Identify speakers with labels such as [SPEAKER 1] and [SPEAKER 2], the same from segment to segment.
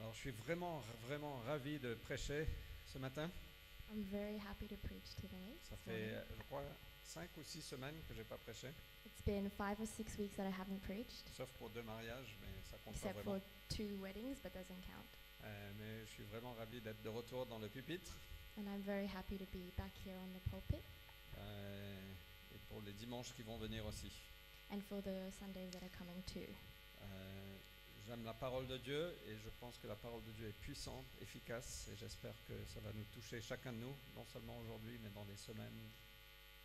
[SPEAKER 1] Alors, je suis vraiment, vraiment ravi de prêcher ce matin.
[SPEAKER 2] I'm very happy to preach today.
[SPEAKER 1] Ça
[SPEAKER 2] So
[SPEAKER 1] fait, euh, je crois, cinq ou six semaines que j'ai pas prêché,
[SPEAKER 2] It's been five or six weeks that I haven't preached,
[SPEAKER 1] sauf pour deux mariages, mais ça compte pas
[SPEAKER 2] except
[SPEAKER 1] vraiment.
[SPEAKER 2] for two weddings, but doesn't count.
[SPEAKER 1] Euh, mais je suis vraiment ravi d'être de retour dans le pupitre.
[SPEAKER 2] And I'm very happy to be back here on the pulpit
[SPEAKER 1] euh, et pour les dimanches qui vont venir aussi.
[SPEAKER 2] and for the Sundays that are coming too.
[SPEAKER 1] Euh, J'aime la parole de Dieu et je pense que la parole de Dieu est puissante, efficace et j'espère que ça va nous toucher chacun de nous, non seulement aujourd'hui, mais dans les semaines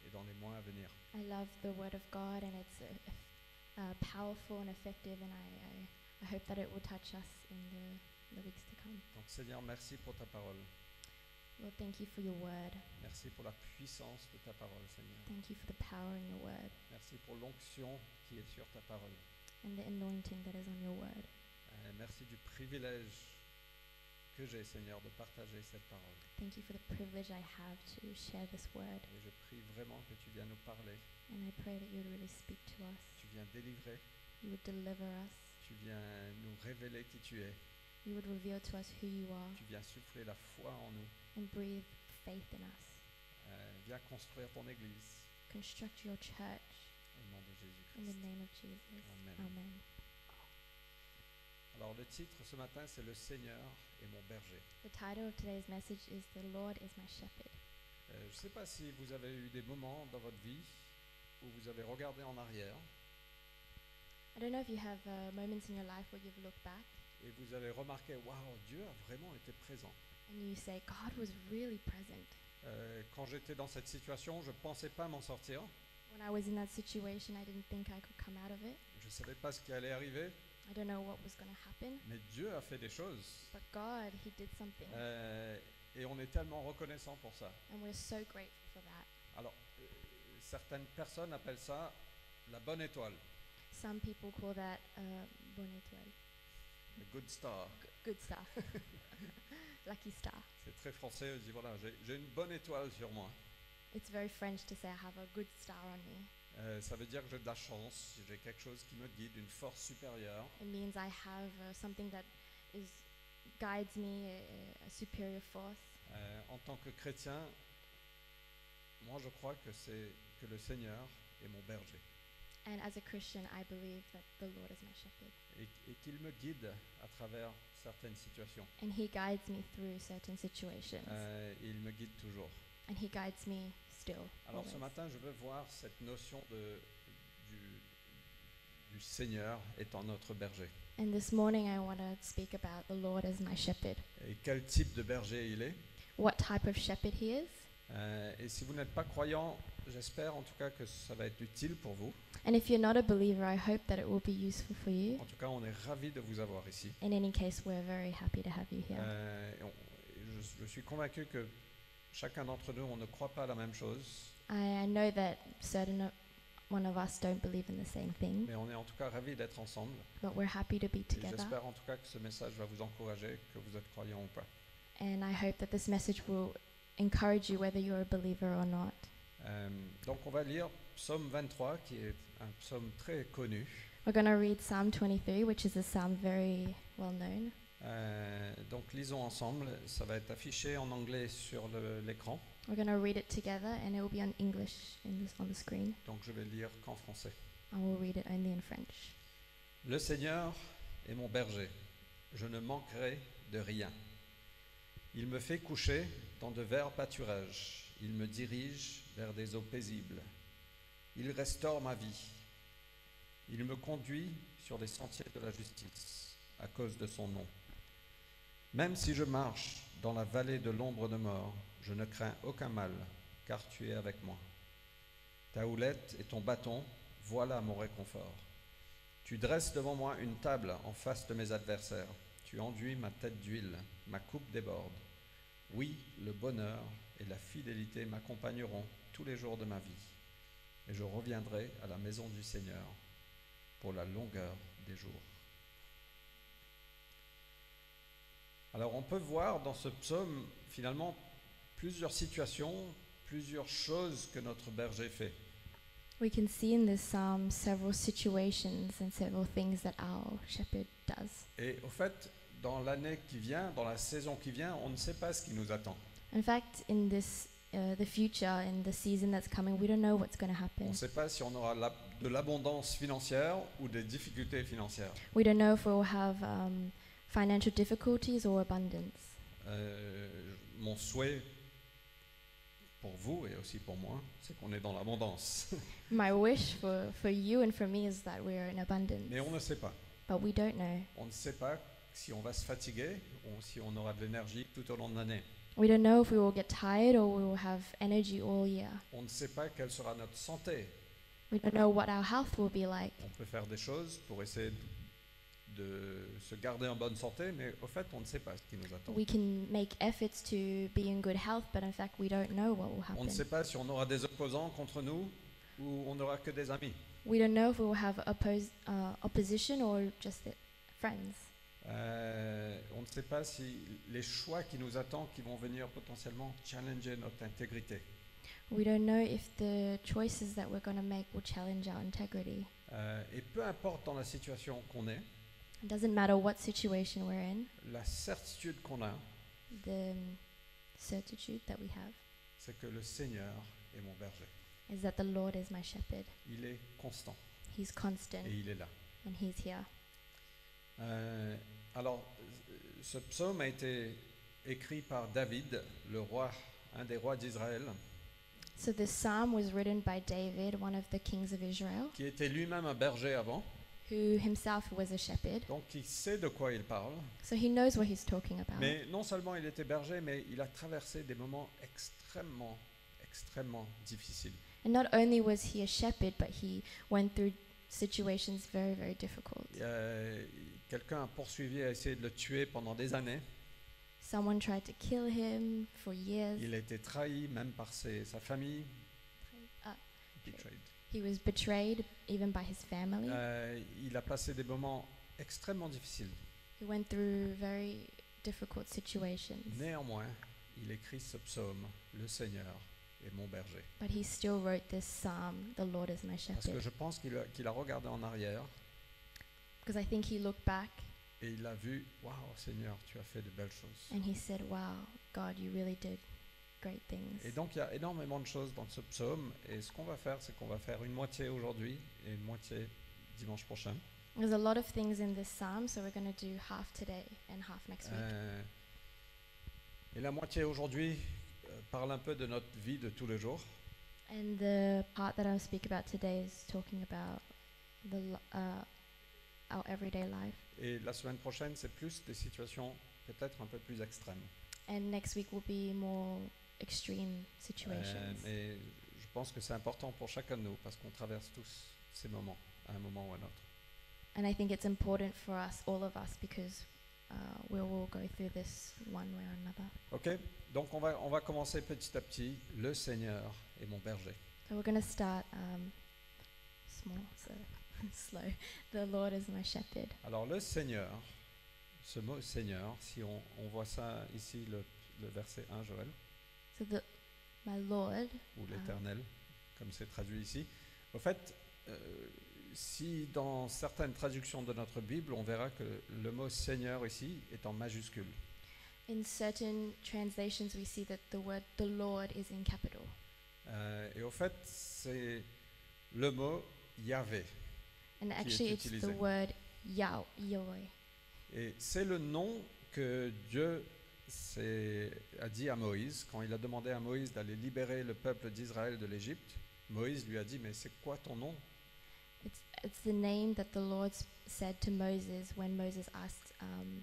[SPEAKER 1] et dans les mois à venir.
[SPEAKER 2] I love the Word of God and it's uh, eff- uh, powerful and effective, and I, I, I hope that it will touch us in the, the weeks to come.
[SPEAKER 1] Donc Seigneur, merci pour ta parole.
[SPEAKER 2] Lord, thank you for your Word.
[SPEAKER 1] Merci pour la puissance de ta parole, Seigneur.
[SPEAKER 2] Thank you for the power in your Word
[SPEAKER 1] Merci pour l'onction qui est sur ta parole.
[SPEAKER 2] and the anointing that is on your Word.
[SPEAKER 1] Euh, merci du privilège que j'ai, Seigneur, de partager cette parole.
[SPEAKER 2] Thank you for the privilege I have to share this Word.
[SPEAKER 1] Et je prie vraiment que tu viennes nous parler,
[SPEAKER 2] And I pray that you would really speak to us.
[SPEAKER 1] tu viens délivrer,
[SPEAKER 2] You would deliver us.
[SPEAKER 1] tu viens nous révéler qui tu es,
[SPEAKER 2] You would reveal to us who you are
[SPEAKER 1] tu viens souffler la foi en nous.
[SPEAKER 2] and breathe faith in us.
[SPEAKER 1] Euh, viens construire ton Église
[SPEAKER 2] Construct your church
[SPEAKER 1] au nom de
[SPEAKER 2] in the
[SPEAKER 1] Jésus-Christ.
[SPEAKER 2] name of Jesus.
[SPEAKER 1] Amen.
[SPEAKER 2] Amen.
[SPEAKER 1] Alors le titre ce matin, c'est Le Seigneur est mon berger.
[SPEAKER 2] The title of today's message is The Lord is My Shepherd.
[SPEAKER 1] Euh, je ne sais pas si vous avez eu des moments dans votre vie où vous avez regardé en arrière
[SPEAKER 2] I don't know if you have uh, moments in your life where you've looked back
[SPEAKER 1] et vous avez remarqué, waouh, Dieu a vraiment été présent.
[SPEAKER 2] and you say, God was really present.
[SPEAKER 1] Euh, quand j'étais dans cette situation, je ne pensais pas m'en sortir.
[SPEAKER 2] When I was in that situation, I didn't think I could come out of it.
[SPEAKER 1] Je ne savais pas ce qui allait arriver,
[SPEAKER 2] I don't know what was going to happen,
[SPEAKER 1] mais Dieu a fait des choses.
[SPEAKER 2] but God, He did something.
[SPEAKER 1] Euh, et on est tellement reconnaissant pour ça.
[SPEAKER 2] and we're so grateful for that.
[SPEAKER 1] Alors, euh, certaines personnes appellent ça la bonne étoile,
[SPEAKER 2] Some people call that uh, bon étoile.
[SPEAKER 1] le good star.
[SPEAKER 2] G- good star. Lucky star.
[SPEAKER 1] C'est très français, on dit voilà, j'ai j'ai une bonne étoile sur moi.
[SPEAKER 2] It's very French to say I have a good star on me.
[SPEAKER 1] Euh, ça veut dire que j'ai de la chance, j'ai quelque chose qui me guide, une force supérieure.
[SPEAKER 2] It means I have uh, something that is guides me, a, a superior force.
[SPEAKER 1] Euh, en tant que chrétien, moi je crois que c'est que le Seigneur est mon berger
[SPEAKER 2] And as a Christian, I believe that the Lord is my shepherd,
[SPEAKER 1] et, et qu'il me guide à travers certaines situations.
[SPEAKER 2] and He guides me through certain situations,
[SPEAKER 1] Euh, et il me guide toujours.
[SPEAKER 2] and He guides me still.
[SPEAKER 1] Alors ce
[SPEAKER 2] always.
[SPEAKER 1] matin, je veux voir cette notion de, du, du Seigneur étant notre berger.
[SPEAKER 2] And this morning, I want to speak about the Lord as my shepherd.
[SPEAKER 1] Et quel type de berger il est.
[SPEAKER 2] What type of shepherd He is.
[SPEAKER 1] Euh, et si vous n'êtes pas croyant, j'espère en tout cas que ça va être utile pour vous.
[SPEAKER 2] And if you're not a believer, I hope that it will be useful for you.
[SPEAKER 1] En tout cas, on est ravis de vous avoir ici.
[SPEAKER 2] In any case, we're very happy to have you here.
[SPEAKER 1] Euh, et on- et je, je suis convaincu que chacun d'entre nous, on ne croit pas la même chose,
[SPEAKER 2] I, I know that certain o- one of us don't believe in the same thing,
[SPEAKER 1] mais on est en tout cas ravis d'être ensemble.
[SPEAKER 2] but we're happy to be
[SPEAKER 1] Et
[SPEAKER 2] together.
[SPEAKER 1] j'espère en tout cas que ce message va vous encourager, que vous êtes croyant ou pas.
[SPEAKER 2] And I hope that this message will encourage you whether you're a believer or not.
[SPEAKER 1] Euh, donc on va lire Psaume 23, qui est un psaume très connu.
[SPEAKER 2] We're going to read Psalm 23, which is a psalm very well known.
[SPEAKER 1] Euh, donc lisons ensemble, ça va être affiché en anglais sur le- l'écran,
[SPEAKER 2] We're going to read it together, and it will be on English in this, on the screen.
[SPEAKER 1] donc je vais lire qu'en français.
[SPEAKER 2] I will read it only in French.
[SPEAKER 1] Le Seigneur est mon berger, je ne manquerai de rien. Il me fait coucher dans de verts pâturages, il me dirige vers des eaux paisibles. Il restaure ma vie, il me conduit sur les sentiers de la justice à cause de son nom. Même si je marche dans la vallée de l'ombre de mort, je ne crains aucun mal, car tu es avec moi. Ta houlette et ton bâton, voilà mon réconfort. Tu dresses devant moi une table en face de mes adversaires. Tu enduis ma tête d'huile, ma coupe déborde. Oui, le bonheur et la fidélité m'accompagneront tous les jours de ma vie. Et je reviendrai à la maison du Seigneur pour la longueur des jours. Alors on peut voir dans ce psaume finalement plusieurs situations, plusieurs choses que notre berger fait.
[SPEAKER 2] We can see in this psalm several situations and several things that our shepherd does.
[SPEAKER 1] Et au fait, dans l'année qui vient, dans la saison qui vient, on ne sait pas ce qui nous attend.
[SPEAKER 2] In fact, in this, uh, the future, in the season that's coming, we don't know what's going to
[SPEAKER 1] On ne
[SPEAKER 2] happen.
[SPEAKER 1] sait pas si on aura la- de l'abondance financière ou des difficultés financières.
[SPEAKER 2] We don't know if we'll have um, financial difficulties or abundance.
[SPEAKER 1] Euh, mon souhait pour vous et aussi pour moi, c'est qu'on est dans l'abondance.
[SPEAKER 2] My wish for, for you and for me is that we are in abundance,
[SPEAKER 1] Mais on ne sait pas.
[SPEAKER 2] but we don't know.
[SPEAKER 1] On ne sait pas si on va se fatiguer ou si on aura de l'énergie tout au long de l'année.
[SPEAKER 2] We don't know if we will get tired or we will have energy all year.
[SPEAKER 1] On ne sait pas quelle sera notre santé.
[SPEAKER 2] We don't know what our health will be like.
[SPEAKER 1] On peut faire des choses pour essayer de se garder en bonne santé, mais au fait, on ne sait pas ce qui nous attend.
[SPEAKER 2] We can make efforts to be in good health, but in fact, we don't know what will
[SPEAKER 1] On ne
[SPEAKER 2] happen.
[SPEAKER 1] sait pas si on aura des opposants contre nous ou on n'aura que des amis.
[SPEAKER 2] We don't know if we will have oppos- uh, opposition or just the friends.
[SPEAKER 1] Euh, on ne sait pas si les choix qui nous attendent, qui vont venir potentiellement challenger notre intégrité.
[SPEAKER 2] We don't know if the choices that we're going to make will challenge our integrity.
[SPEAKER 1] Euh, et peu importe dans la situation qu'on est,
[SPEAKER 2] It doesn't matter what situation we're in,
[SPEAKER 1] la certitude qu'on a,
[SPEAKER 2] the um, certitude that we have
[SPEAKER 1] c'est que le Seigneur est mon berger.
[SPEAKER 2] is that the Lord is my shepherd.
[SPEAKER 1] Il est constant
[SPEAKER 2] He's
[SPEAKER 1] et
[SPEAKER 2] constant
[SPEAKER 1] il est là.
[SPEAKER 2] and He's here.
[SPEAKER 1] Euh, alors, euh, ce psaume a été écrit par David, le roi, un des rois d'Israël,
[SPEAKER 2] So this psalm was written by David, one of the kings of Israel,
[SPEAKER 1] qui était lui-même un berger avant,
[SPEAKER 2] who himself was a shepherd.
[SPEAKER 1] donc il sait de quoi il parle.
[SPEAKER 2] So he knows what he's talking about.
[SPEAKER 1] Mais non seulement il était berger, mais il a traversé des moments extrêmement, extrêmement difficiles.
[SPEAKER 2] And not only was he a shepherd, but he went through situations very, very difficult.
[SPEAKER 1] Euh, Quelqu'un a poursuivi, a essayé de le tuer pendant des années.
[SPEAKER 2] Someone tried to kill him for years.
[SPEAKER 1] Il a été trahi, même par ses- sa famille.
[SPEAKER 2] Ah.
[SPEAKER 1] Betrayed.
[SPEAKER 2] He was betrayed even by his family.
[SPEAKER 1] Euh, il a passé des moments extrêmement difficiles.
[SPEAKER 2] He went through very difficult situations.
[SPEAKER 1] Néanmoins, il écrit ce psaume, Le Seigneur est mon berger.
[SPEAKER 2] But he still wrote this psalm, The Lord is my
[SPEAKER 1] Parce que
[SPEAKER 2] shepherd.
[SPEAKER 1] je pense qu'il a, qu'il a regardé en arrière
[SPEAKER 2] Because I think he looked back
[SPEAKER 1] et il a vu, Waouh Seigneur, tu as fait de belles choses.
[SPEAKER 2] and he said, Wow, God, you really did great things.
[SPEAKER 1] Et donc il y a énormément de choses dans ce psaume. Et ce qu'on va faire, c'est qu'on va faire une moitié aujourd'hui et une moitié dimanche prochain.
[SPEAKER 2] There's a lot of things in this psalm, so we're going to do half today and half next week.
[SPEAKER 1] Euh, et la moitié aujourd'hui euh, parle un peu de notre vie de tous les jours.
[SPEAKER 2] And the part that I'll speak about today is talking about the l- uh, our everyday life.
[SPEAKER 1] Et la semaine prochaine, c'est plus des situations peut-être un peu plus extrêmes.
[SPEAKER 2] And next week will be more
[SPEAKER 1] Euh,
[SPEAKER 2] extreme situations.
[SPEAKER 1] mais je pense que c'est important pour chacun de nous parce qu'on traverse tous ces moments à un moment ou à un autre.
[SPEAKER 2] and I think it's important for us, all of us, because uh, we'll all go through this one way or another.
[SPEAKER 1] Ok Donc on va, on va commencer petit à petit. Le Seigneur est mon berger.
[SPEAKER 2] So we're going to start um, small, so slow. The Lord is my shepherd.
[SPEAKER 1] Alors le Seigneur, ce mot Seigneur, si on, on voit ça ici, le, le verset 1, Joël,
[SPEAKER 2] So the my Lord,
[SPEAKER 1] ou l'Éternel, comme c'est traduit ici. Au fait, euh, si dans certaines traductions de notre Bible, on verra que le mot Seigneur ici est en majuscule.
[SPEAKER 2] in certain translations, we see that the word the Lord is in capital.
[SPEAKER 1] Euh, et au fait, c'est le mot Yahvé.
[SPEAKER 2] And
[SPEAKER 1] est
[SPEAKER 2] actually, it's the
[SPEAKER 1] utilisé.
[SPEAKER 2] word Yao, Yahweh.
[SPEAKER 1] Et c'est le nom que Dieu s'est- a dit à Moïse quand il a demandé à Moïse d'aller libérer le peuple d'Israël de l'Égypte. Moïse lui a dit, mais c'est quoi ton nom
[SPEAKER 2] It's, it's the name that the Lord s- said to Moses when Moses asked um,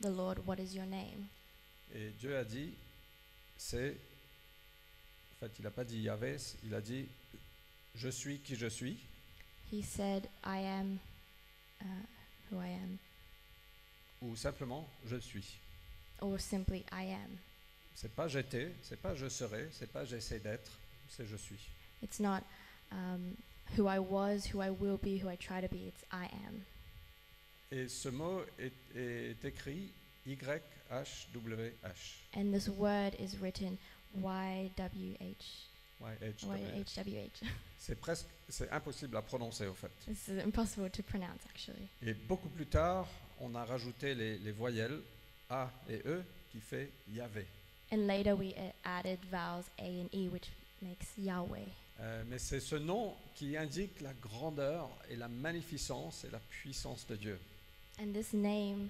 [SPEAKER 2] the Lord, What is your name?
[SPEAKER 1] Et Dieu a dit, c'est... En fait, il n'a pas dit Yahvé, il a dit, je suis qui je suis.
[SPEAKER 2] He said, I am uh, who I am,
[SPEAKER 1] Ou simplement, je suis.
[SPEAKER 2] or simply, I am.
[SPEAKER 1] C'est pas j'étais, c'est pas je serai, c'est pas j'essaie d'être, c'est je suis.
[SPEAKER 2] It's not um, who I was, who I will be, who I try to be. It's I am.
[SPEAKER 1] Et ce mot est, est écrit YHWH.
[SPEAKER 2] And this word is written Y W H
[SPEAKER 1] YHWH.
[SPEAKER 2] YHWH.
[SPEAKER 1] C'est presque, c'est impossible à prononcer au fait.
[SPEAKER 2] This is impossible to pronounce, actually.
[SPEAKER 1] Et beaucoup plus tard, on a rajouté les, les voyelles A et E qui fait Yahvé.
[SPEAKER 2] And later we uh, added vowels A and E, which makes Yahweh.
[SPEAKER 1] Euh, mais c'est ce nom qui indique la grandeur et la magnificence et la puissance de Dieu.
[SPEAKER 2] And this name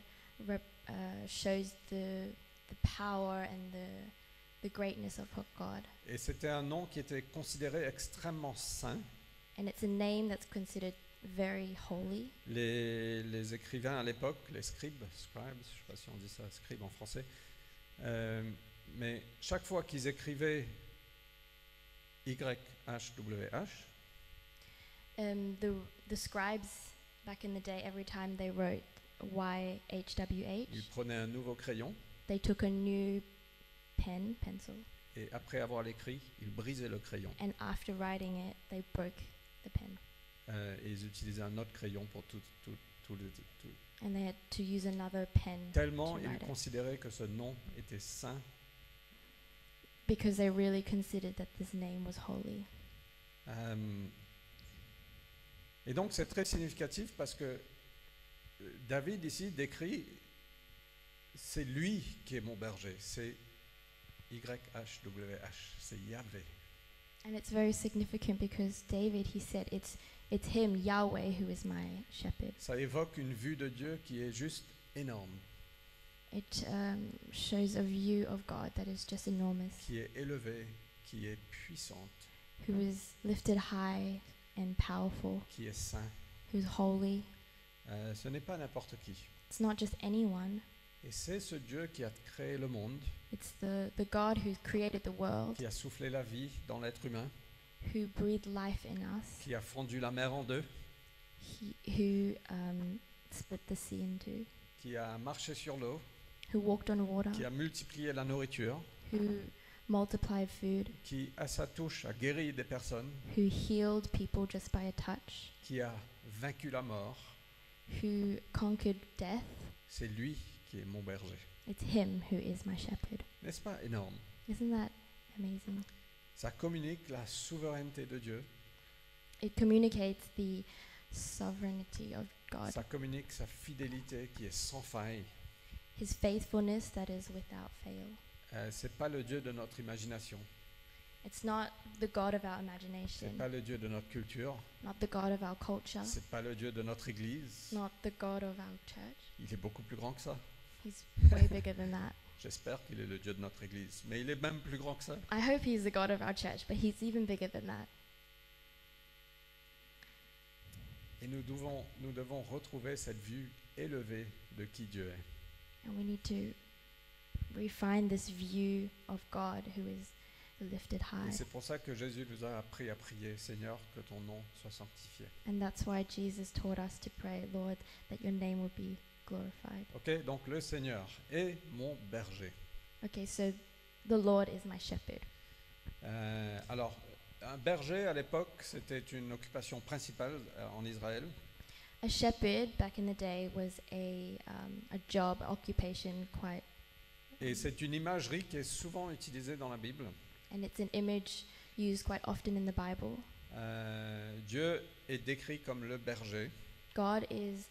[SPEAKER 2] rep, uh, shows the, the power and the, the greatness of our God.
[SPEAKER 1] Et c'était un nom qui était considéré extrêmement saint.
[SPEAKER 2] And it's a name that's considered very holy.
[SPEAKER 1] Les, les écrivains à l'époque, les scribes, scribes, je ne sais pas si on dit ça, scribes en français, euh, mais chaque fois qu'ils écrivaient YHWH,
[SPEAKER 2] Um, the, the scribes back in the day, every time they wrote YHWH,
[SPEAKER 1] ils prenaient un nouveau crayon
[SPEAKER 2] they took a new pen, pencil,
[SPEAKER 1] et après avoir l'écrit, ils brisaient le crayon
[SPEAKER 2] and after writing it, they broke the pen.
[SPEAKER 1] Euh, et ils utilisaient un autre crayon pour tout, tout, tout le- tout-
[SPEAKER 2] And they had to use another pen
[SPEAKER 1] Tellement
[SPEAKER 2] Tu
[SPEAKER 1] ils
[SPEAKER 2] m'arrêtes.
[SPEAKER 1] considéraient que ce nom était saint.
[SPEAKER 2] because they really considered that this name was holy.
[SPEAKER 1] Euh, et donc c'est très significatif parce que euh, David ici décrit, c'est lui qui est mon berger, c'est YHWH, c'est Yahvé.
[SPEAKER 2] And it's very significant because David, he said, it's, it's him, Yahweh, who is my shepherd.
[SPEAKER 1] Ça évoque une vue de Dieu qui est juste énorme,
[SPEAKER 2] It um, shows a view of God that is just enormous,
[SPEAKER 1] qui est élevée, qui est puissante,
[SPEAKER 2] who is lifted high and powerful,
[SPEAKER 1] qui est saint.
[SPEAKER 2] who's holy.
[SPEAKER 1] Euh, ce n'est pas n'importe qui.
[SPEAKER 2] It's not just anyone,
[SPEAKER 1] Et c'est ce Dieu qui a créé le monde,
[SPEAKER 2] it's the, the God who created the world,
[SPEAKER 1] qui a soufflé la vie dans l'être humain,
[SPEAKER 2] who breathed life in us,
[SPEAKER 1] qui a fondu la mer en deux,
[SPEAKER 2] he, who um, split the sea in two,
[SPEAKER 1] qui a marché sur l'eau,
[SPEAKER 2] who walked on water,
[SPEAKER 1] qui a multiplié la nourriture,
[SPEAKER 2] who multiplied food,
[SPEAKER 1] qui à sa touche a guéri des personnes,
[SPEAKER 2] who healed people just by a touch,
[SPEAKER 1] qui a vaincu la mort.
[SPEAKER 2] who conquered death.
[SPEAKER 1] C'est lui qui est mon berger.
[SPEAKER 2] It's him who is my shepherd.
[SPEAKER 1] N'est-ce pas énorme
[SPEAKER 2] Isn't that amazing?
[SPEAKER 1] Ça communique la souveraineté de Dieu,
[SPEAKER 2] It communicates the sovereignty of God,
[SPEAKER 1] ça communique sa fidélité qui est sans faille.
[SPEAKER 2] his faithfulness that is without fail.
[SPEAKER 1] Euh, c'est pas le Dieu de notre imagination,
[SPEAKER 2] It's not the God of our
[SPEAKER 1] c'est
[SPEAKER 2] imagination,
[SPEAKER 1] pas le Dieu de notre culture,
[SPEAKER 2] not the God of our culture,
[SPEAKER 1] c'est pas le Dieu de notre église.
[SPEAKER 2] not the God of our church.
[SPEAKER 1] Il est beaucoup plus grand que ça.
[SPEAKER 2] He's way bigger than that.
[SPEAKER 1] J'espère qu'il est le Dieu de notre église, mais il est même plus grand que ça.
[SPEAKER 2] I hope he's the God of our church, but he's even bigger than that.
[SPEAKER 1] Et nous devons, nous devons retrouver cette vue élevée de qui Dieu est.
[SPEAKER 2] And we need to refine this view of God who is lifted
[SPEAKER 1] Et
[SPEAKER 2] high.
[SPEAKER 1] c'est pour ça que Jésus nous a appris à prier, Seigneur, que ton nom soit sanctifié.
[SPEAKER 2] And that's why Jesus taught us to pray, Lord, that your name would be glorified.
[SPEAKER 1] Ok, donc le Seigneur est mon berger.
[SPEAKER 2] Okay, so the Lord is my shepherd.
[SPEAKER 1] Euh, alors, un berger à l'époque, c'était une occupation principale euh, en Israël.
[SPEAKER 2] A shepherd back in the day was a, um, a job, occupation, quite,
[SPEAKER 1] Et c'est une imagerie qui est souvent utilisée dans la Bible.
[SPEAKER 2] and it's an image used quite often in the Bible.
[SPEAKER 1] Euh, Dieu est décrit comme le berger.
[SPEAKER 2] God is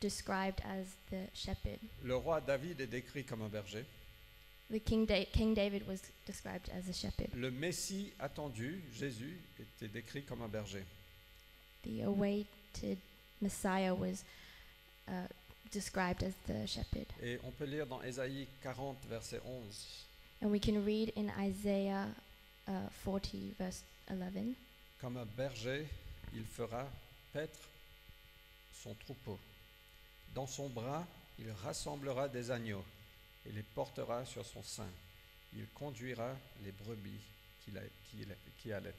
[SPEAKER 2] described as the shepherd.
[SPEAKER 1] Le roi David est décrit comme un berger.
[SPEAKER 2] The King, da- King David was described as a shepherd.
[SPEAKER 1] Le Messie attendu, Jésus, était décrit comme un berger.
[SPEAKER 2] The awaited Messiah was uh, described as the shepherd.
[SPEAKER 1] Et on peut lire dans Ésaïe 40, verset 11.
[SPEAKER 2] And we can read in Isaiah uh, 40, verse 11
[SPEAKER 1] Comme un berger, il fera paître son troupeau. Dans son bras, il rassemblera des agneaux et les portera sur son sein. Il conduira les brebis qu'il a- qu'il- qui allaitent.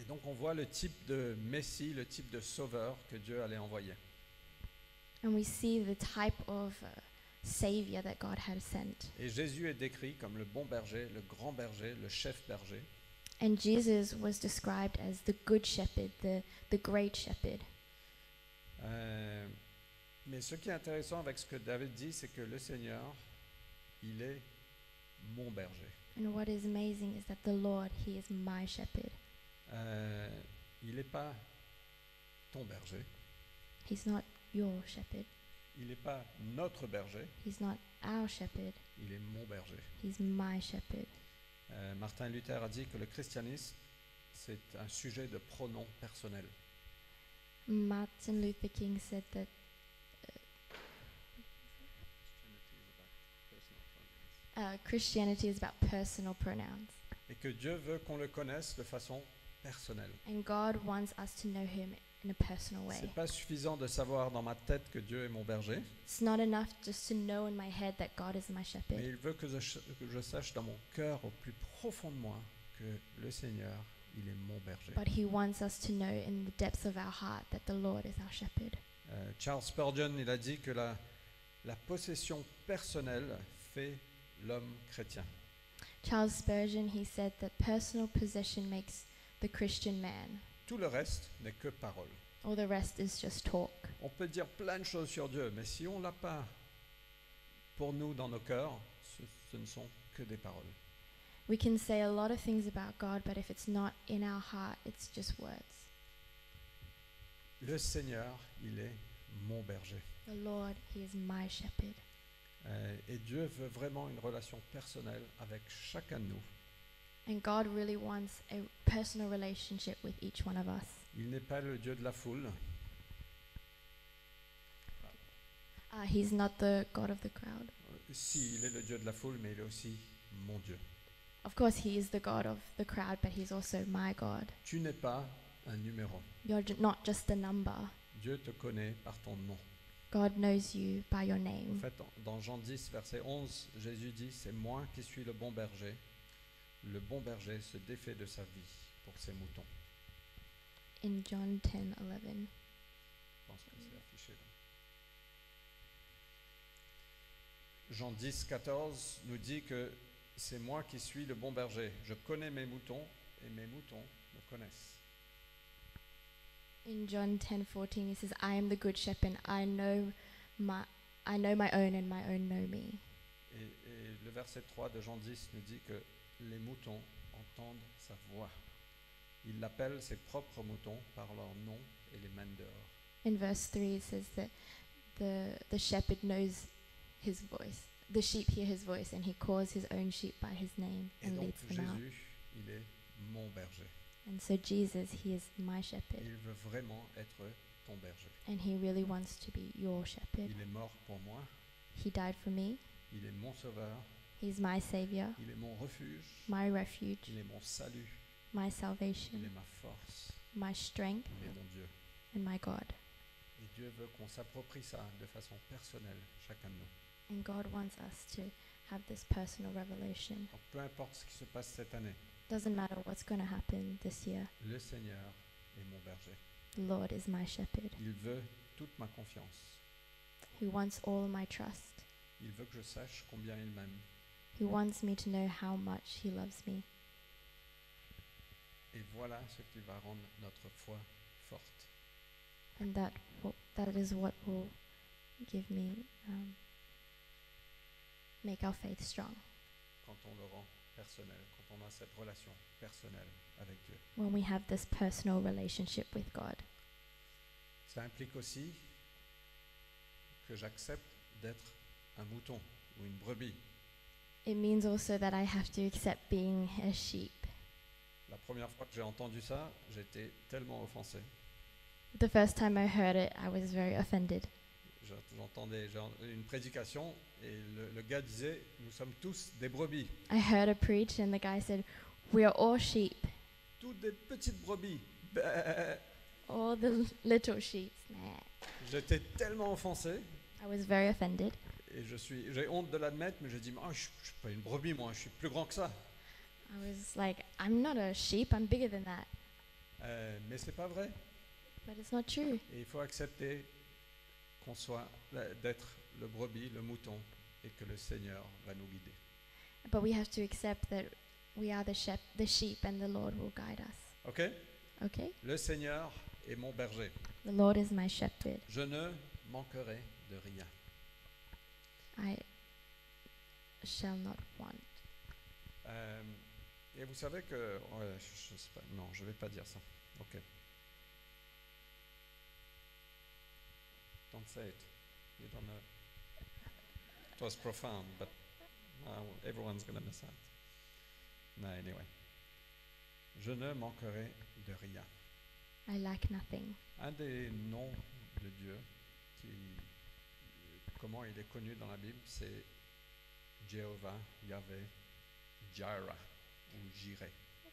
[SPEAKER 1] Et donc on voit le type de Messie, le type de sauveur que Dieu allait envoyer.
[SPEAKER 2] And we see the type of uh, savior that God had sent.
[SPEAKER 1] Et Jésus est décrit comme le bon berger, le grand berger, le chef berger.
[SPEAKER 2] And Jesus was described as the good shepherd, the, the great shepherd.
[SPEAKER 1] Euh, mais ce qui est intéressant avec ce que David dit, c'est que le Seigneur, il est mon berger.
[SPEAKER 2] And what is amazing is that the Lord, He is my shepherd.
[SPEAKER 1] Euh, il n'est pas ton berger,
[SPEAKER 2] He's not your shepherd.
[SPEAKER 1] il n'est pas notre berger,
[SPEAKER 2] He's not our shepherd.
[SPEAKER 1] il est mon berger.
[SPEAKER 2] He's my shepherd.
[SPEAKER 1] Euh, Martin Luther a dit que le christianisme, c'est un sujet de pronom personnel.
[SPEAKER 2] Martin Luther King said that uh, Christianity is about personal pronouns,
[SPEAKER 1] Et que Dieu veut qu'on le connaisse de façon personnelle.
[SPEAKER 2] and God wants us to know Him in a personal way.
[SPEAKER 1] C'est pas suffisant de savoir dans ma tête que Dieu est mon berger,
[SPEAKER 2] It's not enough just to know in my head that God is my
[SPEAKER 1] mais
[SPEAKER 2] shepherd.
[SPEAKER 1] il veut que je, que je sache dans mon cœur, au plus profond de moi, que le Seigneur, il est mon berger.
[SPEAKER 2] But he wants us to know in the depths of our heart that the Lord is our shepherd.
[SPEAKER 1] Euh, Charles Spurgeon, il a dit que la, la possession personnelle fait l'homme chrétien.
[SPEAKER 2] Charles Spurgeon, he said that personal possession makes the Christian man.
[SPEAKER 1] Tout le reste n'est que parole.
[SPEAKER 2] All the rest is just talk.
[SPEAKER 1] On peut dire plein de choses sur Dieu, mais si on l'a pas pour nous dans nos cœurs, ce, ce ne sont que des paroles.
[SPEAKER 2] We can say a lot of things about God, but if it's not in our heart, it's just words.
[SPEAKER 1] Le Seigneur, il est mon berger.
[SPEAKER 2] The Lord, he is my shepherd.
[SPEAKER 1] Euh, et Dieu veut vraiment une relation personnelle avec chacun de nous.
[SPEAKER 2] And God really wants a personal relationship with each one of us.
[SPEAKER 1] Il n'est pas le Dieu de la foule,
[SPEAKER 2] Uh, he's not the God of the crowd.
[SPEAKER 1] Euh, si il est le Dieu de la foule, mais il est aussi mon Dieu.
[SPEAKER 2] Of course, he is the God of the crowd, but he's also my God.
[SPEAKER 1] Tu n'es pas un numéro.
[SPEAKER 2] You're ju- not just a number.
[SPEAKER 1] Dieu te connaît par ton nom.
[SPEAKER 2] God knows you by your
[SPEAKER 1] En
[SPEAKER 2] name.
[SPEAKER 1] fait, en- dans Jean 10, verset 11, Jésus dit, C'est moi qui suis le bon berger. Le bon berger se défait de sa vie pour ses moutons.
[SPEAKER 2] In John 10 11.
[SPEAKER 1] Je pense que c'est affiché là. Jean 10, 14 nous dit que c'est moi qui suis le bon berger. Je connais mes moutons et mes moutons me connaissent.
[SPEAKER 2] In John 10 14, he says, I am the good shepherd. I know my, I know my own, and my own know me.
[SPEAKER 1] Et, et le verset 3 de Jean 10 nous dit que les moutons entendent sa voix. Il l'appelle ses propres moutons par leur nom et les mène dehors.
[SPEAKER 2] In verse 3, it says that the, the shepherd knows his voice. The sheep hear his voice, and he calls his own sheep by his name
[SPEAKER 1] Et
[SPEAKER 2] and
[SPEAKER 1] donc
[SPEAKER 2] leads them out.
[SPEAKER 1] Jésus, il est mon berger.
[SPEAKER 2] And so, Jesus, he is my shepherd,
[SPEAKER 1] Il veut vraiment être ton berger.
[SPEAKER 2] and he really wants to be your shepherd.
[SPEAKER 1] Il est mort pour moi.
[SPEAKER 2] He died for me,
[SPEAKER 1] Il est mon sauveur.
[SPEAKER 2] he's my savior,
[SPEAKER 1] Il est mon refuge.
[SPEAKER 2] my refuge,
[SPEAKER 1] Il est mon salut.
[SPEAKER 2] my
[SPEAKER 1] Il est
[SPEAKER 2] salvation,
[SPEAKER 1] ma force.
[SPEAKER 2] my strength,
[SPEAKER 1] Il est mon Dieu.
[SPEAKER 2] and my God.
[SPEAKER 1] Et Dieu veut qu'on s'approprie ça de façon personnelle, chacun de nous.
[SPEAKER 2] And God wants us to have this personal revelation.
[SPEAKER 1] Alors, peu importe ce qui se passe cette année,
[SPEAKER 2] Doesn't matter what's going to happen this year,
[SPEAKER 1] le Seigneur est mon berger.
[SPEAKER 2] the Lord is my shepherd.
[SPEAKER 1] Il veut toute ma confiance.
[SPEAKER 2] He wants all my trust.
[SPEAKER 1] Il veut que je sache combien il m'aime.
[SPEAKER 2] He wants me to know how much He loves me.
[SPEAKER 1] Et voilà ce qui va rendre notre foi forte.
[SPEAKER 2] And that, will, that is what will give me, um, make our faith strong
[SPEAKER 1] quand on le rend personnel, quand on a cette relation personnelle avec Dieu.
[SPEAKER 2] when we have this personal relationship with God.
[SPEAKER 1] Ça implique aussi que j'accepte d'être un mouton ou une brebis.
[SPEAKER 2] It means also that I have to accept being a sheep.
[SPEAKER 1] La première fois que j'ai entendu ça, j'étais tellement offensé.
[SPEAKER 2] The first time I heard it, I was very offended.
[SPEAKER 1] Je- J'entendais j'ai en- une prédication et le, le gars disait Nous sommes tous des brebis,
[SPEAKER 2] I heard a preach, and the guy said, We are all sheep,
[SPEAKER 1] toutes des petites brebis. Bah
[SPEAKER 2] all the l- little sheep. Nah.
[SPEAKER 1] J'étais tellement offensé
[SPEAKER 2] I was very offended.
[SPEAKER 1] et je suis, j'ai honte de l'admettre, mais j'ai dit Ah, Je ne suis pas une brebis, moi, je suis plus grand que ça.
[SPEAKER 2] I was like, I'm not a sheep, I'm bigger than that.
[SPEAKER 1] Euh, mais c'est pas vrai.
[SPEAKER 2] But it's not true.
[SPEAKER 1] Et il faut accepter qu'on soit la- d'être le brebis, le mouton, et que le Seigneur va nous guider.
[SPEAKER 2] But we have to accept that we are the, shep- the sheep and the Lord will guide us.
[SPEAKER 1] Ok
[SPEAKER 2] Okay?
[SPEAKER 1] Le Seigneur est mon berger.
[SPEAKER 2] The Lord is my shepherd.
[SPEAKER 1] Je ne manquerai de rien.
[SPEAKER 2] I shall not want.
[SPEAKER 1] Euh, et vous savez que... ouais, je- je sais pas, non, je ne vais pas dire ça. OK. Don't say it. You don't know. It was profound, but now everyone's going to miss out. No, anyway. Je ne manquerai de rien.
[SPEAKER 2] I lack nothing.
[SPEAKER 1] Un des noms de Dieu, qui, comment il est connu dans la Bible, c'est Jéhovah, Yahvé, Jireh ou Jireh.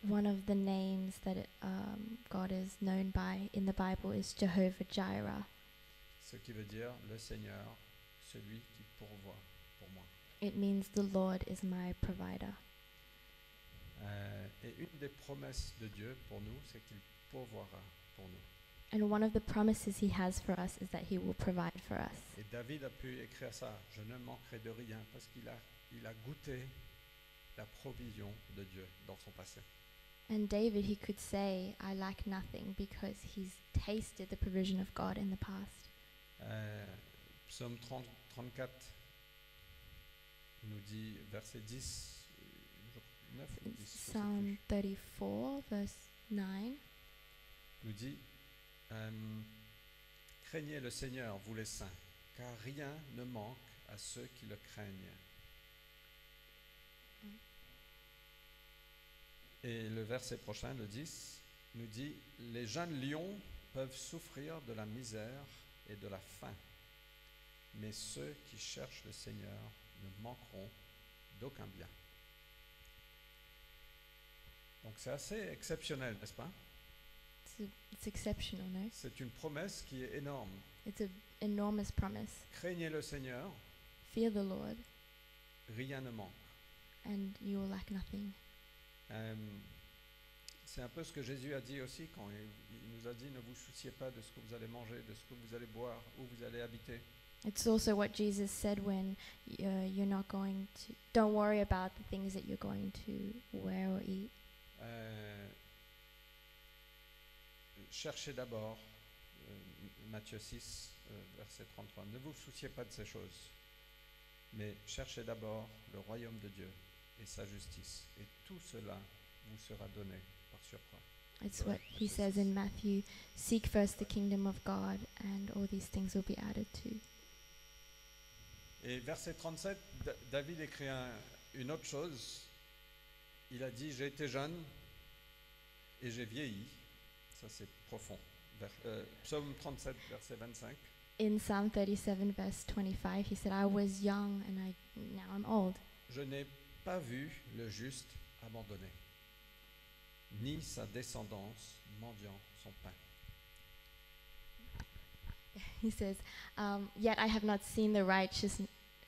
[SPEAKER 2] One of the names that it, um, God is known by in the Bible is Jehovah Jireh.
[SPEAKER 1] ce qui veut dire le Seigneur, celui qui pourvoit pour moi.
[SPEAKER 2] It means the Lord is my provider.
[SPEAKER 1] Euh, et une des promesses de Dieu pour nous, c'est qu'il pourvoira pour nous.
[SPEAKER 2] And one of the promises he has for us is that he will provide for us.
[SPEAKER 1] Et David a pu écrire ça, je ne manquerai de rien, parce qu'il a, il a goûté la provision de Dieu dans son passé.
[SPEAKER 2] And David, he could say, I lack nothing because he's tasted the provision of God in the past.
[SPEAKER 1] Euh, psaume 30 34 nous dit, verset 10, je- 9 ou 10, je sais plus.
[SPEAKER 2] Psalm 34, verse 9.
[SPEAKER 1] nous dit euh, Craignez le Seigneur, vous les saints, car rien ne manque à ceux qui le craignent. Et le verset prochain, le 10, nous dit Les jeunes lions peuvent souffrir de la misère et de la faim, mais ceux qui cherchent le Seigneur ne manqueront d'aucun bien. Donc c'est assez exceptionnel, n'est-ce pas
[SPEAKER 2] It's, a- it's exceptional, no?
[SPEAKER 1] c'est une promesse qui est énorme.
[SPEAKER 2] It's an enormous promise.
[SPEAKER 1] Craignez le Seigneur,
[SPEAKER 2] Fear the Lord,
[SPEAKER 1] rien ne manque.
[SPEAKER 2] and you will lack nothing.
[SPEAKER 1] Euh, c'est un peu ce que Jésus a dit aussi quand il, il nous a dit ne vous souciez pas de ce que vous allez manger, de ce que vous allez boire, où vous allez habiter.
[SPEAKER 2] It's also what Jesus said when y- uh, you're not going to, don't worry about the things that you're going to wear or eat.
[SPEAKER 1] Euh, cherchez d'abord, euh, Matthieu 6, euh, verset 33, ne vous souciez pas de ces choses, mais cherchez d'abord le royaume de Dieu et sa justice, et tout cela vous sera donné par surcroît.
[SPEAKER 2] It's
[SPEAKER 1] Right,
[SPEAKER 2] what he
[SPEAKER 1] that's
[SPEAKER 2] says
[SPEAKER 1] it.
[SPEAKER 2] in Matthew seek first the kingdom of God, and all these things will be added to.
[SPEAKER 1] Et verset 37, Da- David écrit un- une autre chose. Il a dit, j'ai été jeune et j'ai vieilli. Ça, c'est profond. Vers- euh, psaume 37, verset 25.
[SPEAKER 2] In Psalm 37, verse 25, he said, I was young and I, now I'm old.
[SPEAKER 1] Je n'ai pas vu le juste abandonné, ni sa descendance mendiant son pain.
[SPEAKER 2] He says, um, Yet I have not seen the righteous,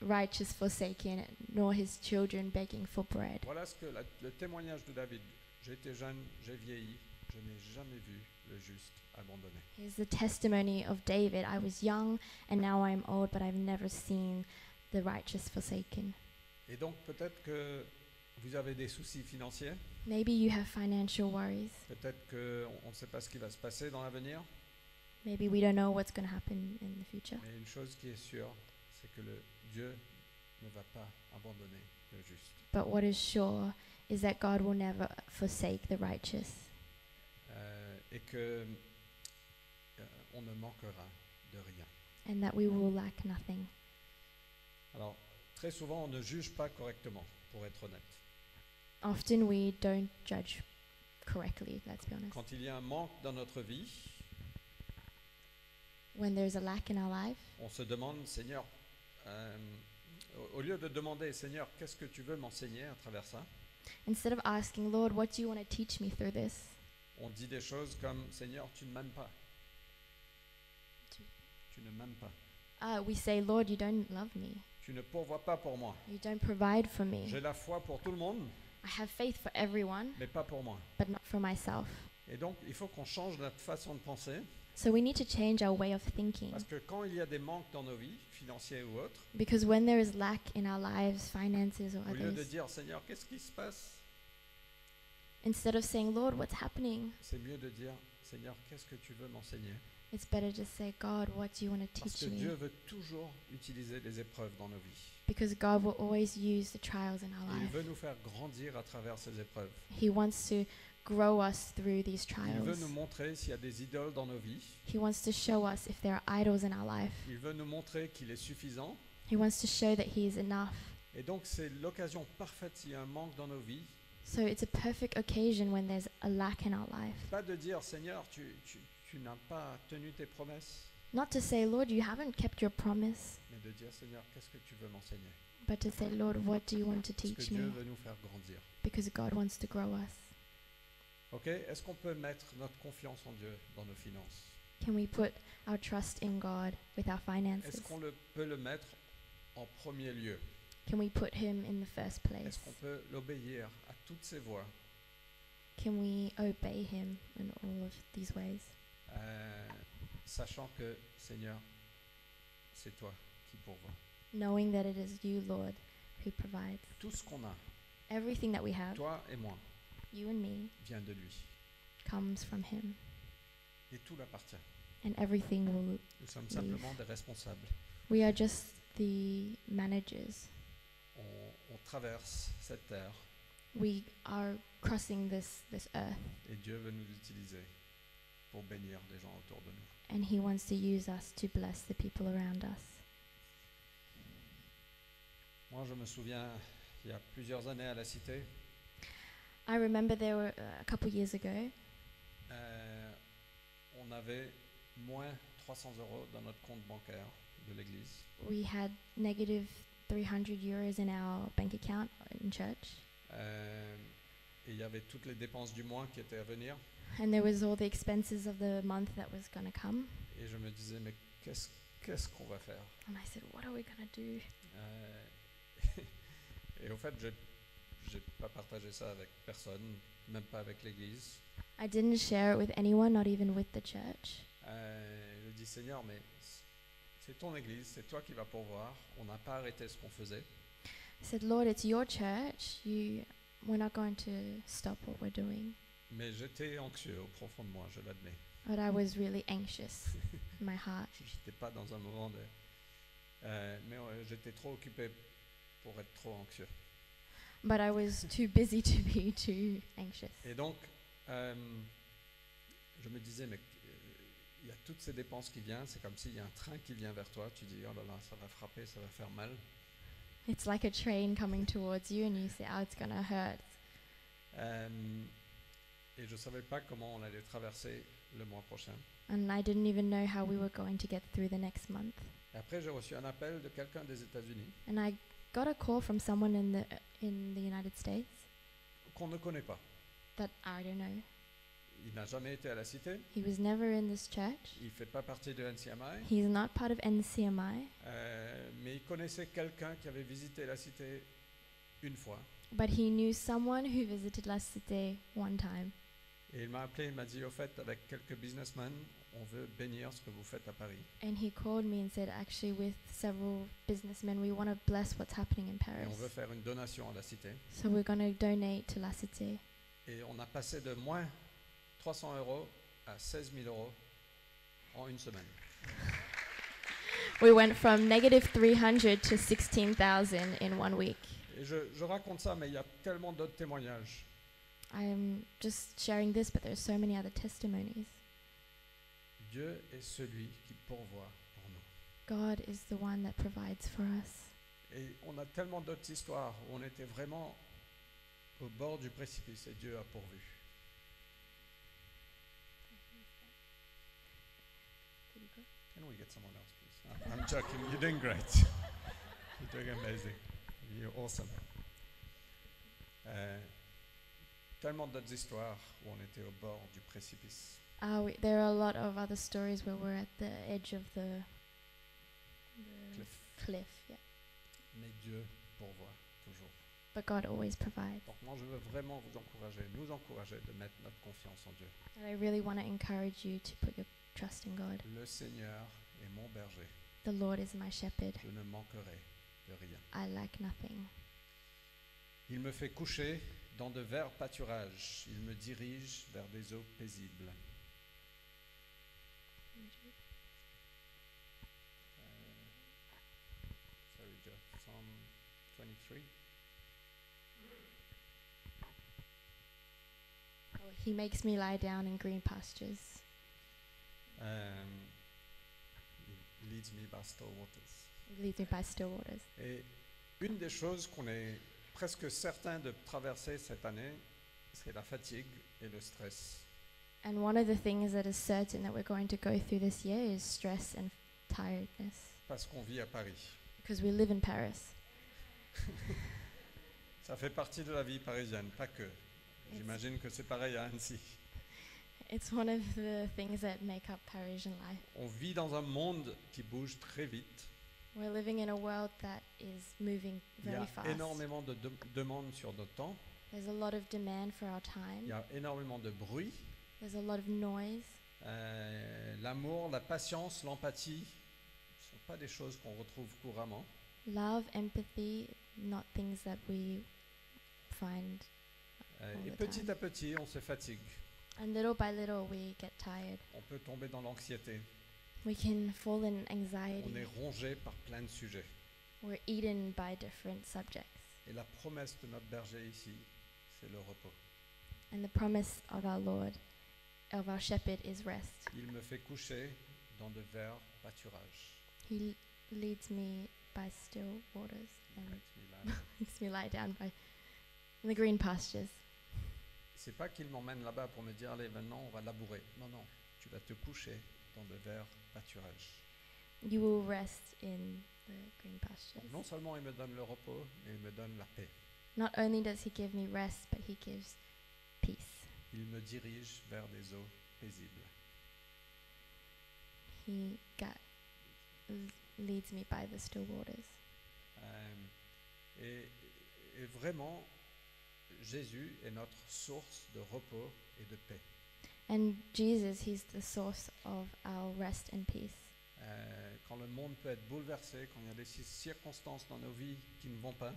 [SPEAKER 2] righteous forsaken, nor his children begging for bread.
[SPEAKER 1] Voilà ce que la- le témoignage de David. J'ai été jeune, j'ai vieilli, je n'ai jamais vu le juste abandonné.
[SPEAKER 2] Here's the testimony of David I was young and now I am old, but I've never seen the righteous forsaken.
[SPEAKER 1] Et donc peut-être que vous avez des soucis financiers.
[SPEAKER 2] Maybe you have financial worries.
[SPEAKER 1] Peut-être qu'on ne sait pas ce qui va se passer dans l'avenir,
[SPEAKER 2] Maybe we don't know what's going to happen in the future.
[SPEAKER 1] mais une chose qui est sûre, c'est que le Dieu ne va pas abandonner le juste.
[SPEAKER 2] But what is sure is that God will never forsake the righteous
[SPEAKER 1] Euh, et que euh, on ne manquera de rien.
[SPEAKER 2] and that we will lack nothing.
[SPEAKER 1] Alors, très souvent, on ne juge pas correctement, pour être honnête.
[SPEAKER 2] Often we don't judge correctly, let's be honest.
[SPEAKER 1] Quand il y a un manque dans notre vie,
[SPEAKER 2] When there's a lack in our life,
[SPEAKER 1] on se demande, Seigneur, euh, au- au lieu de demander, Seigneur, qu'est-ce que tu veux m'enseigner à travers ça
[SPEAKER 2] instead of asking, Lord, what do you want to teach me through this?
[SPEAKER 1] On dit des choses comme, Seigneur, tu ne m'aimes pas. Tu ne m'aimes pas.
[SPEAKER 2] Uh, we say, Lord, you don't love me.
[SPEAKER 1] Tu ne pourvois pas pour moi.
[SPEAKER 2] You don't provide for me.
[SPEAKER 1] J'ai la foi pour tout le monde,
[SPEAKER 2] I have faith for everyone,
[SPEAKER 1] mais pas pour moi.
[SPEAKER 2] but not for myself.
[SPEAKER 1] Et donc, il faut qu'on change notre façon de penser,
[SPEAKER 2] So we need to change our way of thinking.
[SPEAKER 1] parce que quand il y a des manques dans nos vies, financiers ou autres,
[SPEAKER 2] Because when there is lack in our lives, finances, or
[SPEAKER 1] au lieu de
[SPEAKER 2] others,
[SPEAKER 1] dire Seigneur, qu'est-ce qui se passe
[SPEAKER 2] instead of saying, Lord, what's happening?
[SPEAKER 1] C'est mieux de dire Seigneur, qu'est-ce que tu veux m'enseigner
[SPEAKER 2] It's better to say, God, what do you want to
[SPEAKER 1] Parce
[SPEAKER 2] teach
[SPEAKER 1] que
[SPEAKER 2] me?
[SPEAKER 1] Dieu veut toujours utiliser les épreuves dans nos vies.
[SPEAKER 2] Because God will always use the trials in our
[SPEAKER 1] Il
[SPEAKER 2] life.
[SPEAKER 1] veut nous faire grandir à travers ces épreuves.
[SPEAKER 2] He wants to grow us through these
[SPEAKER 1] Il veut
[SPEAKER 2] trials.
[SPEAKER 1] nous montrer s'il y a des idoles dans nos vies.
[SPEAKER 2] He wants to show us if there are idols in our life.
[SPEAKER 1] Il veut nous montrer qu'il est suffisant.
[SPEAKER 2] He wants to show that He is enough.
[SPEAKER 1] Et donc c'est l'occasion parfaite s'il y a un manque dans nos vies.
[SPEAKER 2] So it's a perfect occasion when there's a lack in our life.
[SPEAKER 1] Pas de dire Seigneur, tu, tu- tu n'as pas tenu tes promesses,
[SPEAKER 2] Not to say, Lord, you haven't kept your promise,
[SPEAKER 1] mais de dire Seigneur, qu'est-ce que tu veux m'enseigner
[SPEAKER 2] but to say, Lord, what do you want to
[SPEAKER 1] Parce que
[SPEAKER 2] teach
[SPEAKER 1] Dieu
[SPEAKER 2] me?
[SPEAKER 1] veut nous faire grandir.
[SPEAKER 2] Because God wants to grow us.
[SPEAKER 1] Ok Est-ce qu'on peut mettre notre confiance en Dieu dans nos finances
[SPEAKER 2] Can we put our trust in God with our
[SPEAKER 1] Est-ce
[SPEAKER 2] finances?
[SPEAKER 1] qu'on le- peut le mettre en premier lieu
[SPEAKER 2] Can we put Him in the first place?
[SPEAKER 1] Est-ce qu'on peut l'obéir à toutes ses voies
[SPEAKER 2] Can we obey Him in all of these ways?
[SPEAKER 1] Euh, sachant que, Seigneur, c'est toi qui pourvois.
[SPEAKER 2] Knowing that it is you, Lord, who provides
[SPEAKER 1] Tout ce qu'on a,
[SPEAKER 2] everything that we have,
[SPEAKER 1] toi et moi,
[SPEAKER 2] you and me,
[SPEAKER 1] vient de lui.
[SPEAKER 2] comes from Him,
[SPEAKER 1] Et tout l'appartient.
[SPEAKER 2] and everything will.
[SPEAKER 1] Nous sommes
[SPEAKER 2] Oui.
[SPEAKER 1] simplement des responsables.
[SPEAKER 2] We are just the managers.
[SPEAKER 1] On, on traverse cette terre
[SPEAKER 2] We are crossing this this earth,
[SPEAKER 1] et Dieu veut nous utiliser pour bénir les gens autour de nous.
[SPEAKER 2] and He wants to use us to bless the people around us.
[SPEAKER 1] Moi, je me souviens, il y a plusieurs années à la Cité,
[SPEAKER 2] I remember there were uh, a couple years ago,
[SPEAKER 1] euh, on avait moins 300 euros dans notre compte bancaire de l'Église.
[SPEAKER 2] we had negative 300 euros in our bank account in church,
[SPEAKER 1] Euh, et il y avait toutes les dépenses du mois qui étaient à venir.
[SPEAKER 2] and there was all the expenses of the month that was going to come.
[SPEAKER 1] Et je me disais, mais qu'est-ce qu'est-ce qu'on va faire
[SPEAKER 2] And I said, "What are we going to do?"
[SPEAKER 1] Euh, Et au fait, j'ai- j'ai pas partagé ça avec personne, même pas avec l'Église.
[SPEAKER 2] I didn't share it with anyone, not even with the church.
[SPEAKER 1] Euh, je dis, Seigneur, mais c'est ton Église, c'est toi qui vas pourvoir. On n'a pas arrêté ce qu'on faisait.
[SPEAKER 2] I said, Lord, it's your church. You, we're not going to stop what we're doing.
[SPEAKER 1] Mais j'étais anxieux au profond de moi, je l'admets.
[SPEAKER 2] But I was really anxious in my heart.
[SPEAKER 1] J'étais pas dans un moment de. Euh, mais euh, j'étais trop occupé pour être trop anxieux.
[SPEAKER 2] But I was too busy to be too anxious.
[SPEAKER 1] Et donc, euh, je me disais, mais euh, il y a toutes ces dépenses qui viennent, c'est comme s'il y a un train qui vient vers toi, tu dis, oh là là, ça va frapper, ça va faire mal.
[SPEAKER 2] It's like a train coming towards you, and you say, oh, it's going to hurt.
[SPEAKER 1] Euh, et je ne savais pas comment on allait traverser le mois prochain.
[SPEAKER 2] And I didn't even know how we were going to get through the next month.
[SPEAKER 1] Et après, j'ai reçu un appel de quelqu'un des États-Unis
[SPEAKER 2] And I got a call from someone in the, in the United States
[SPEAKER 1] qu'on ne connaît pas.
[SPEAKER 2] that I don't know.
[SPEAKER 1] Il n'a jamais été à la cité,
[SPEAKER 2] He was never in this church.
[SPEAKER 1] il ne fait pas partie de NCMI,
[SPEAKER 2] He's not part of NCMI,
[SPEAKER 1] euh, mais il connaissait quelqu'un qui avait visité la cité une fois.
[SPEAKER 2] but he knew someone who visited La Cité one time.
[SPEAKER 1] Et il m'a appelé, il m'a dit, au fait, avec quelques businessmen, on veut bénir ce que vous faites à Paris.
[SPEAKER 2] And he called me and said, actually, with several businessmen, we want to bless what's happening in
[SPEAKER 1] Et on
[SPEAKER 2] Paris.
[SPEAKER 1] veut faire une donation à la cité.
[SPEAKER 2] So we're going to donate to La Cité.
[SPEAKER 1] Et on a passé de moins 300 euros à 16 000 euros en une semaine.
[SPEAKER 2] We went from negative 300 to 16,000 in one week.
[SPEAKER 1] Et je, je raconte ça, mais il y a tellement d'autres témoignages.
[SPEAKER 2] I'm just sharing this, but there's so many other testimonies.
[SPEAKER 1] Dieu est celui qui pourvoit pour nous.
[SPEAKER 2] God is the one that provides for us.
[SPEAKER 1] Et on a tellement d'autres histoires où on était vraiment au bord du précipice et Dieu a pourvu. Can we get someone else, please? I'm- I'm joking. You're doing great. You're doing amazing. You're awesome. Euh, tellement d'autres histoires où on était au bord du précipice.
[SPEAKER 2] Uh, we, there are a lot of other stories where we're at the edge of the, the
[SPEAKER 1] Cliff.
[SPEAKER 2] cliff, yeah.
[SPEAKER 1] Mais Dieu pourvoit toujours.
[SPEAKER 2] But God always provides.
[SPEAKER 1] Donc moi, je veux vraiment vous encourager, nous encourager de mettre notre confiance en Dieu.
[SPEAKER 2] And I really want to encourage you to put your trust in God.
[SPEAKER 1] Le Seigneur est mon berger.
[SPEAKER 2] The Lord is my shepherd.
[SPEAKER 1] Je ne manquerai de rien.
[SPEAKER 2] I lack nothing.
[SPEAKER 1] Il me fait coucher dans de verts pâturages. Il me dirige vers des eaux paisibles.
[SPEAKER 2] Paisibles.
[SPEAKER 1] Uh, Psalm 23.
[SPEAKER 2] Oh, He makes me lie down in green pastures.
[SPEAKER 1] Um, he leads me by still waters.
[SPEAKER 2] He leads me by still waters.
[SPEAKER 1] Et une des choses qu'on est presque certain de traverser cette année, c'est la fatigue et le stress.
[SPEAKER 2] And one of the things that is certain that we're going to go through this year is stress and tiredness
[SPEAKER 1] Parce qu'on vit à Paris.
[SPEAKER 2] because we live in Paris.
[SPEAKER 1] Ça fait partie de la vie parisienne, pas que. J'imagine que c'est pareil à Annecy.
[SPEAKER 2] It's one of the things that make up Parisian life.
[SPEAKER 1] On vit dans un monde qui bouge très vite.
[SPEAKER 2] We're living in a world that is moving
[SPEAKER 1] Il y
[SPEAKER 2] very
[SPEAKER 1] a
[SPEAKER 2] fast.
[SPEAKER 1] énormément de, de- demandes sur notre temps.
[SPEAKER 2] There's a lot of demand for our time.
[SPEAKER 1] Il y a énormément de bruit.
[SPEAKER 2] There's a lot of noise.
[SPEAKER 1] Euh, L'amour, la patience, l'empathie ne sont pas des choses qu'on retrouve couramment.
[SPEAKER 2] Love, empathy, not things that we find.
[SPEAKER 1] Euh,
[SPEAKER 2] All
[SPEAKER 1] et
[SPEAKER 2] the
[SPEAKER 1] petit
[SPEAKER 2] time.
[SPEAKER 1] à petit, on se fatigue.
[SPEAKER 2] And little by little, we get tired.
[SPEAKER 1] On peut tomber dans l'anxiété.
[SPEAKER 2] We can fall in
[SPEAKER 1] On est
[SPEAKER 2] anxiety.
[SPEAKER 1] rongé par plein de sujets.
[SPEAKER 2] We're eaten by different subjects.
[SPEAKER 1] Et la promesse de notre berger ici, c'est le repos.
[SPEAKER 2] And the promise of our Lord, of our shepherd, is rest.
[SPEAKER 1] Il me fait coucher dans de verts pâturages.
[SPEAKER 2] He l- leads me by still waters
[SPEAKER 1] Il
[SPEAKER 2] and
[SPEAKER 1] prête mes lames.
[SPEAKER 2] makes me lie down by in the green pastures.
[SPEAKER 1] C'est pas qu'il m'emmène là-bas pour me dire allez maintenant on va labourer. Non non, tu vas te coucher dans de verts pâturages.
[SPEAKER 2] You will rest in the green pastures.
[SPEAKER 1] Non seulement il me donne le repos, mais il me donne la paix.
[SPEAKER 2] Not only does he give me rest, but he gives peace.
[SPEAKER 1] Il me dirige vers des eaux paisibles.
[SPEAKER 2] He got, leads me by the still waters.
[SPEAKER 1] Euh, et, et vraiment, Jésus est notre source de repos et de paix.
[SPEAKER 2] And Jesus, he's the source of our rest and peace.
[SPEAKER 1] Euh, quand le monde peut être bouleversé, quand il y a des ci- circonstances dans nos vies qui ne vont pas,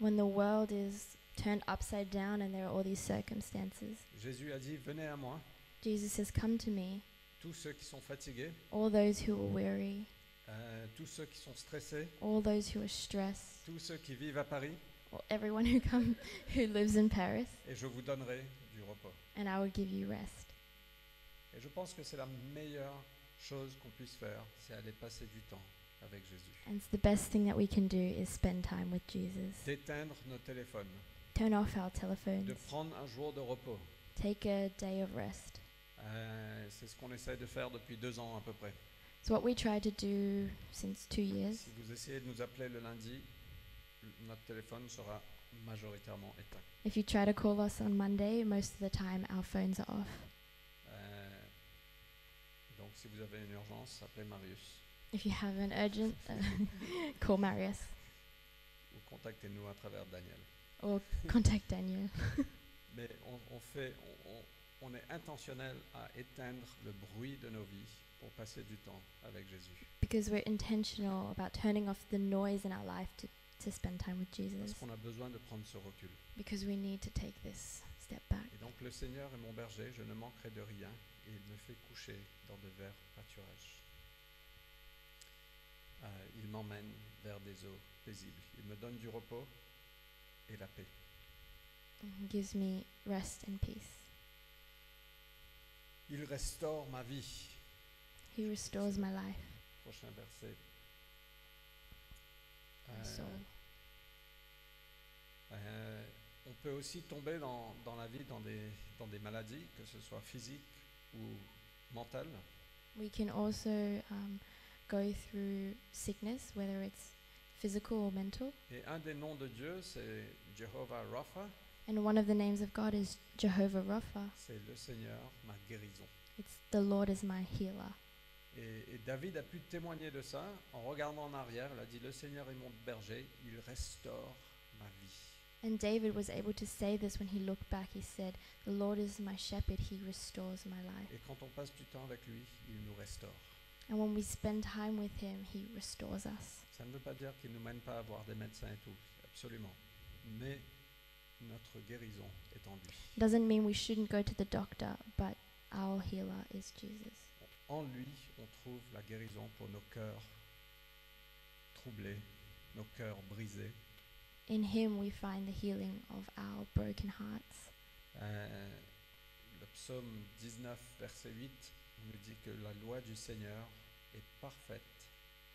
[SPEAKER 2] When the world is turned upside down and there are all these circumstances,
[SPEAKER 1] Jésus a dit venez à moi,
[SPEAKER 2] Jesus says, Come to me,
[SPEAKER 1] tous ceux qui sont fatigués,
[SPEAKER 2] all those who are weary,
[SPEAKER 1] euh, tous ceux qui sont stressés,
[SPEAKER 2] all those who are stressed,
[SPEAKER 1] tous ceux qui vivent à Paris,
[SPEAKER 2] or everyone who come who lives in Paris,
[SPEAKER 1] et je vous donnerai du repos.
[SPEAKER 2] and I will give you rest.
[SPEAKER 1] Et je pense que c'est la meilleure chose qu'on puisse faire, c'est aller passer du temps avec Jésus.
[SPEAKER 2] And the best thing that we can do is spend time with Jesus.
[SPEAKER 1] D'éteindre nos téléphones,
[SPEAKER 2] Turn off our
[SPEAKER 1] de
[SPEAKER 2] telephones.
[SPEAKER 1] prendre un jour de repos.
[SPEAKER 2] Take a day of rest.
[SPEAKER 1] Euh, c'est ce qu'on essaie de faire depuis deux ans à peu près.
[SPEAKER 2] It's what we try to do since two years.
[SPEAKER 1] Si vous essayez de nous appeler le lundi, notre téléphone sera majoritairement éteint.
[SPEAKER 2] If you try to call us on Monday, most of the time our phones are off.
[SPEAKER 1] Euh, donc si vous avez une urgence, appelez Marius
[SPEAKER 2] If you have an urgent, uh, call Marius
[SPEAKER 1] ou contactez-nous à travers Daniel.
[SPEAKER 2] or contact Daniel.
[SPEAKER 1] Mais on, on fait, on, on- on est intentionnel à éteindre le bruit de nos vies pour passer du temps avec Jésus.
[SPEAKER 2] Because we're intentional about turning off the noise in our life to, to spend time with
[SPEAKER 1] Parce
[SPEAKER 2] Jesus.
[SPEAKER 1] qu'on a besoin de prendre ce recul.
[SPEAKER 2] Because we need to take this step back.
[SPEAKER 1] Et donc le Seigneur est mon berger, je ne manquerai de rien, et il me fait coucher dans de verts pâturages. Euh, il m'emmène vers des eaux paisibles. Il me donne du repos et la paix.
[SPEAKER 2] And He gives me rest and peace.
[SPEAKER 1] Il restaure ma vie.
[SPEAKER 2] He restores my life,
[SPEAKER 1] Prochain verset.
[SPEAKER 2] my
[SPEAKER 1] Euh,
[SPEAKER 2] soul.
[SPEAKER 1] Euh, on peut aussi tomber dans, dans la vie dans des, dans des maladies, que ce soit physiques ou mentales.
[SPEAKER 2] We can also um, go through sickness, whether it's physical or mental.
[SPEAKER 1] Et un des noms de Dieu, c'est Jehovah Rapha,
[SPEAKER 2] And one of the names of God is Jehovah Rapha.
[SPEAKER 1] c'est le Seigneur, ma guérison.
[SPEAKER 2] It's the Lord is my healer.
[SPEAKER 1] Et, et David a pu témoigner de ça en regardant en arrière. Il a dit, le Seigneur est mon berger, il restaure ma vie.
[SPEAKER 2] And David was able to say this when he looked back. He said, The Lord is my shepherd, he restores my life.
[SPEAKER 1] Et quand on passe du temps avec lui, il nous restaure.
[SPEAKER 2] And when we spend time with him, he restores us.
[SPEAKER 1] Ça ne veut pas dire qu'il ne nous mène pas à voir des médecins et tout, absolument. Mais notre guérison est en lui.
[SPEAKER 2] Doesn't mean we shouldn't go to the doctor, but our healer is Jesus.
[SPEAKER 1] En lui, on trouve la guérison pour nos cœurs troublés, nos cœurs brisés,
[SPEAKER 2] In Him we find the healing of our broken hearts.
[SPEAKER 1] Euh, le psaume 19, verset 8, nous dit que la loi du Seigneur est parfaite,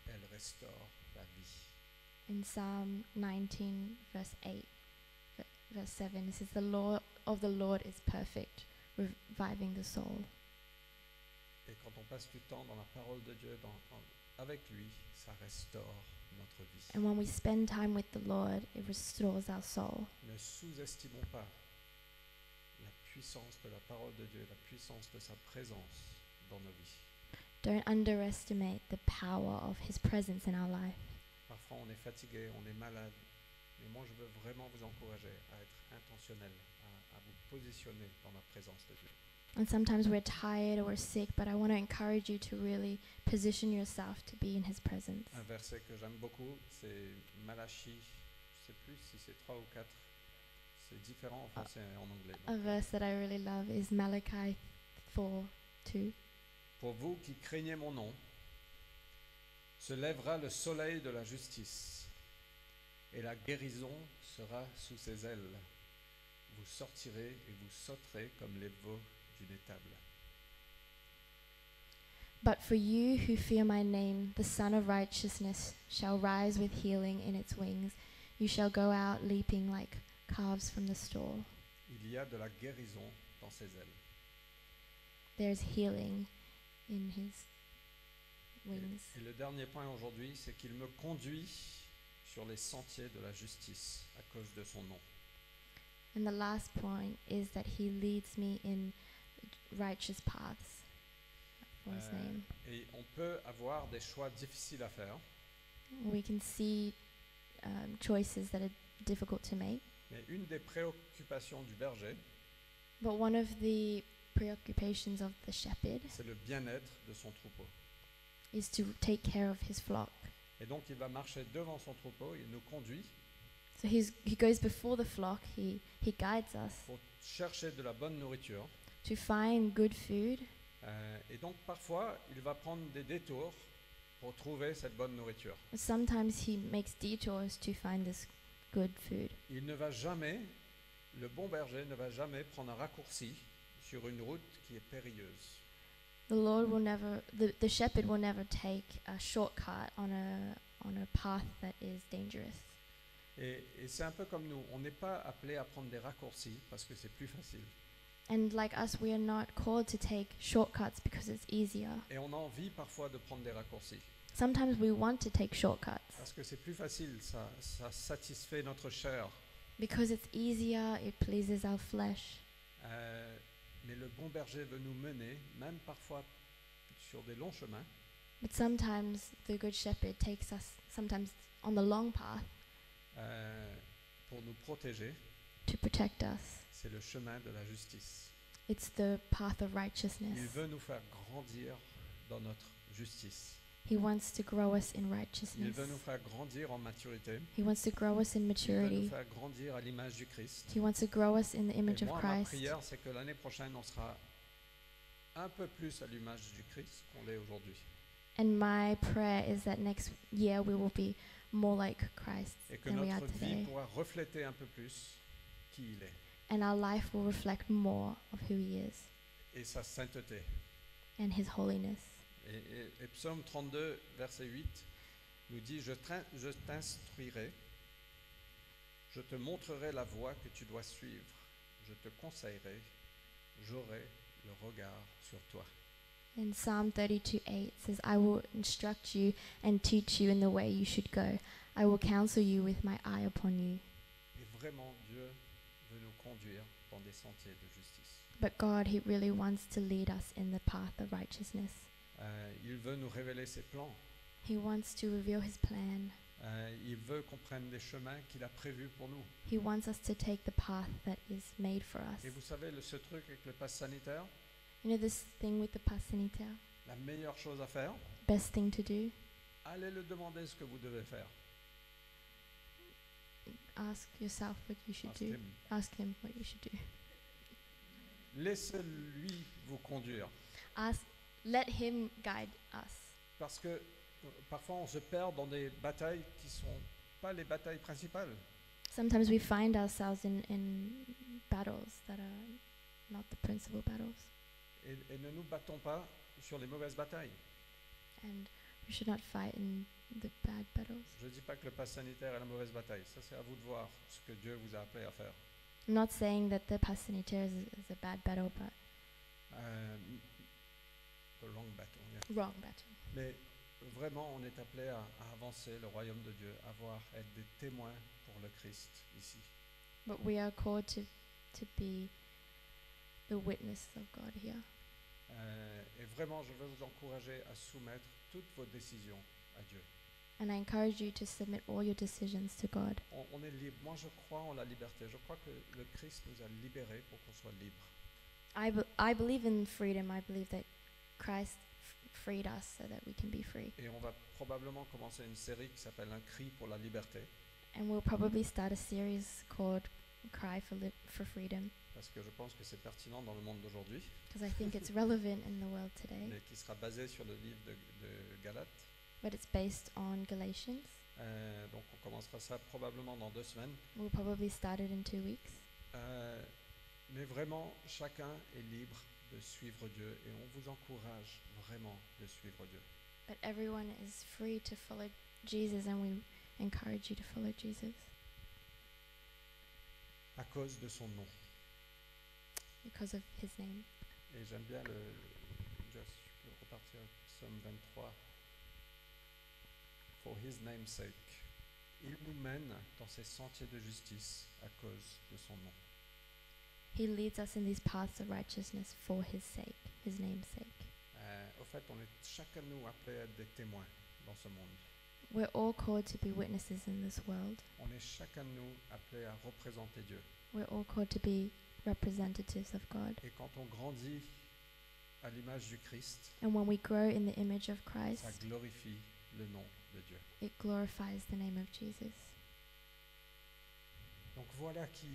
[SPEAKER 1] elle restaure la vie.
[SPEAKER 2] In Psalm 19, verse 8, v- verse 7, it says, The law of the Lord is perfect, reviving the soul.
[SPEAKER 1] Et quand on passe du temps dans la parole de Dieu, dans- en- avec lui, ça restaure notre vie.
[SPEAKER 2] And when we spend time with the Lord, it restores our soul.
[SPEAKER 1] Ne sous-estimons pas la puissance de la parole de Dieu, la puissance de sa présence dans nos vies.
[SPEAKER 2] Don't underestimate the power of His presence in our life.
[SPEAKER 1] Parfois, on est fatigué, on est malade. Mais moi, je veux vraiment vous encourager à être intentionnel, à, à vous positionner dans la présence de Dieu.
[SPEAKER 2] And sometimes we're tired or we're sick, but I want to encourage you to really position yourself to be in His presence.
[SPEAKER 1] Un verset que j'aime beaucoup, c'est Malachie. Je ne sais plus si c'est 3 ou 4. C'est différent en français et en anglais.
[SPEAKER 2] A
[SPEAKER 1] Donc,
[SPEAKER 2] verse that I really love is Malachi 4 2.
[SPEAKER 1] Pour vous qui craignez mon nom, se lèvera le soleil de la justice, et la guérison sera sous ses ailes. Vous sortirez et vous sauterez comme les veaux d'une étable.
[SPEAKER 2] But for you who fear my name, the Son of Righteousness shall rise with healing in its wings. You shall go out leaping like calves from the stall.
[SPEAKER 1] Il y a de la guérison dans ses ailes.
[SPEAKER 2] There's healing in His wings.
[SPEAKER 1] Et le dernier point aujourd'hui, c'est qu'il me conduit sur les sentiers de la justice à cause de son nom.
[SPEAKER 2] And the last point is that He leads me in righteous paths for His
[SPEAKER 1] Euh,
[SPEAKER 2] name.
[SPEAKER 1] et on peut avoir des choix difficiles à faire,
[SPEAKER 2] We can see um, choices that are difficult to make.
[SPEAKER 1] mais une des préoccupations du berger,
[SPEAKER 2] But one of the preoccupations of the shepherd
[SPEAKER 1] c'est le bien-être de son troupeau.
[SPEAKER 2] is to take care of his flock.
[SPEAKER 1] Et donc il va marcher devant son troupeau, il nous conduit
[SPEAKER 2] So he's, he goes before the flock, he, he guides us
[SPEAKER 1] pour chercher de la bonne nourriture.
[SPEAKER 2] to find good food.
[SPEAKER 1] Euh, et donc parfois, il va prendre des détours pour trouver cette bonne nourriture.
[SPEAKER 2] Sometimes he makes detours to find this good food.
[SPEAKER 1] Il ne va jamais, le bon berger ne va jamais prendre un raccourci sur une route qui est périlleuse.
[SPEAKER 2] The Lord will never, the, the shepherd will never take a shortcut on a, on a path that is dangerous.
[SPEAKER 1] Et, et c'est un peu comme nous, on n'est pas appelé à prendre des raccourcis parce que c'est plus facile.
[SPEAKER 2] And like us, we are not called to take shortcuts because it's easier.
[SPEAKER 1] Et on a envie parfois de prendre des raccourcis
[SPEAKER 2] Sometimes we want to take shortcuts.
[SPEAKER 1] parce que c'est plus facile, ça, ça satisfait notre chair.
[SPEAKER 2] Because it's easier, it pleases our flesh.
[SPEAKER 1] Euh, mais le bon berger veut nous mener, même parfois sur des longs chemins,
[SPEAKER 2] But sometimes the Good Shepherd takes us sometimes on the long path
[SPEAKER 1] euh, pour nous protéger.
[SPEAKER 2] to protect us.
[SPEAKER 1] C'est le chemin de la justice.
[SPEAKER 2] It's the path of righteousness.
[SPEAKER 1] Il veut nous faire grandir dans notre justice.
[SPEAKER 2] He wants to grow us in
[SPEAKER 1] Il
[SPEAKER 2] righteousness.
[SPEAKER 1] veut nous faire grandir en maturité.
[SPEAKER 2] He wants to grow us
[SPEAKER 1] Il veut
[SPEAKER 2] in
[SPEAKER 1] nous
[SPEAKER 2] maturity.
[SPEAKER 1] faire grandir à l'image du Christ.
[SPEAKER 2] He wants to grow us in the
[SPEAKER 1] Et
[SPEAKER 2] image of
[SPEAKER 1] moi, ma
[SPEAKER 2] Christ.
[SPEAKER 1] prière, c'est que l'année prochaine, on sera un peu plus à l'image du Christ qu'on l'est aujourd'hui.
[SPEAKER 2] And my prayer is that next year we will be more like Christ
[SPEAKER 1] Et que
[SPEAKER 2] than we are
[SPEAKER 1] notre vie
[SPEAKER 2] today.
[SPEAKER 1] pourra refléter un peu plus qui il est
[SPEAKER 2] And our life will reflect more of who He is
[SPEAKER 1] et sa sainteté.
[SPEAKER 2] and His holiness.
[SPEAKER 1] Et, et- et Psaume 32, verset 8, nous dit, je t'in- je t'instruirai, je te montrerai la voie que tu dois suivre, je te conseillerai, j'aurai le regard sur toi.
[SPEAKER 2] In Psalm 32:8 says, I will instruct you and teach you in the way you should go. I will counsel you with my eye upon you.
[SPEAKER 1] Et vraiment, Dieu veut nous conduire dans des sentiers de justice.
[SPEAKER 2] But God, He really wants to lead us in the path of righteousness.
[SPEAKER 1] Euh, il veut nous révéler ses plans.
[SPEAKER 2] He wants to reveal His plan.
[SPEAKER 1] Euh, il veut qu'on prenne des chemins qu'il a prévus pour nous.
[SPEAKER 2] He wants us to take the path that is made for us.
[SPEAKER 1] Et vous savez, le- ce truc avec le pass sanitaire,
[SPEAKER 2] You know this thing with the pasanita?
[SPEAKER 1] la meilleure chose à faire,
[SPEAKER 2] Best thing to do?
[SPEAKER 1] allez le demander ce que vous devez faire.
[SPEAKER 2] Ask yourself what you should
[SPEAKER 1] Ask
[SPEAKER 2] do.
[SPEAKER 1] him.
[SPEAKER 2] Ask Him what you should do.
[SPEAKER 1] Laissez-lui vous conduire.
[SPEAKER 2] Ask, let Him guide us.
[SPEAKER 1] Parce que euh, parfois on se perd dans des batailles qui sont pas les batailles principales.
[SPEAKER 2] Sometimes we find ourselves in, in battles that are not the principal battles.
[SPEAKER 1] Et, et ne nous battons pas sur les mauvaises batailles.
[SPEAKER 2] And we should not fight in the bad battles.
[SPEAKER 1] Je ne dis pas que le pass sanitaire est la mauvaise bataille. Ça, c'est à vous de voir ce que Dieu vous a appelé à faire.
[SPEAKER 2] I'm not saying that the past sanitaire is, is a bad battle, but
[SPEAKER 1] Euh, the wrong battle, yeah.
[SPEAKER 2] wrong battle.
[SPEAKER 1] Mais vraiment, on est appelé à, à avancer le royaume de Dieu, à voir, être des témoins pour le Christ ici.
[SPEAKER 2] But we are called to, to be the witnesses of God here.
[SPEAKER 1] Euh, et vraiment, je veux vous encourager à soumettre toutes vos décisions à Dieu.
[SPEAKER 2] And I encourage you to submit all your decisions to God.
[SPEAKER 1] On, on est libre. Moi, je crois en la liberté. Je crois que le Christ nous a libérés pour qu'on soit libre.
[SPEAKER 2] I, be- I believe in freedom. I believe that Christ f- freed us so that we can be free.
[SPEAKER 1] Et on va probablement commencer une série qui s'appelle Un cri pour la liberté,
[SPEAKER 2] And we'll probably start a series called Cry for, Lib for Freedom
[SPEAKER 1] parce que je pense que c'est pertinent dans le monde d'aujourd'hui,
[SPEAKER 2] because I think it's relevant in the world today,
[SPEAKER 1] mais qui sera basé sur le livre de, de Galates.
[SPEAKER 2] but it's based on Galatians.
[SPEAKER 1] Euh, donc on commencera ça probablement dans deux semaines.
[SPEAKER 2] We'll probably start it in two weeks.
[SPEAKER 1] Euh, mais vraiment, chacun est libre de suivre Dieu et on vous encourage vraiment de suivre Dieu.
[SPEAKER 2] But everyone is free to follow Jesus, and we encourage you to follow Jesus
[SPEAKER 1] à cause de son nom.
[SPEAKER 2] because of his name.
[SPEAKER 1] Et j'aime bien le. Just, je peux repartir au psaume 23. For his name's sake. Il nous mène dans ses sentiers de justice à cause de son nom.
[SPEAKER 2] He leads us in these paths of righteousness for his sake, his name's sake.
[SPEAKER 1] Euh, au fait, on est chacun de nous appelé à être des témoins dans ce monde.
[SPEAKER 2] We're all called to be witnesses in this world.
[SPEAKER 1] On est chacun de nous appelé à représenter Dieu.
[SPEAKER 2] We're all called to be representatives of God.
[SPEAKER 1] Et quand on grandit à l'image du Christ,
[SPEAKER 2] And when we grow in the image of
[SPEAKER 1] ça
[SPEAKER 2] Christ,
[SPEAKER 1] glorifie le nom de Dieu.
[SPEAKER 2] it glorifies the name of Jesus.
[SPEAKER 1] Donc voilà qui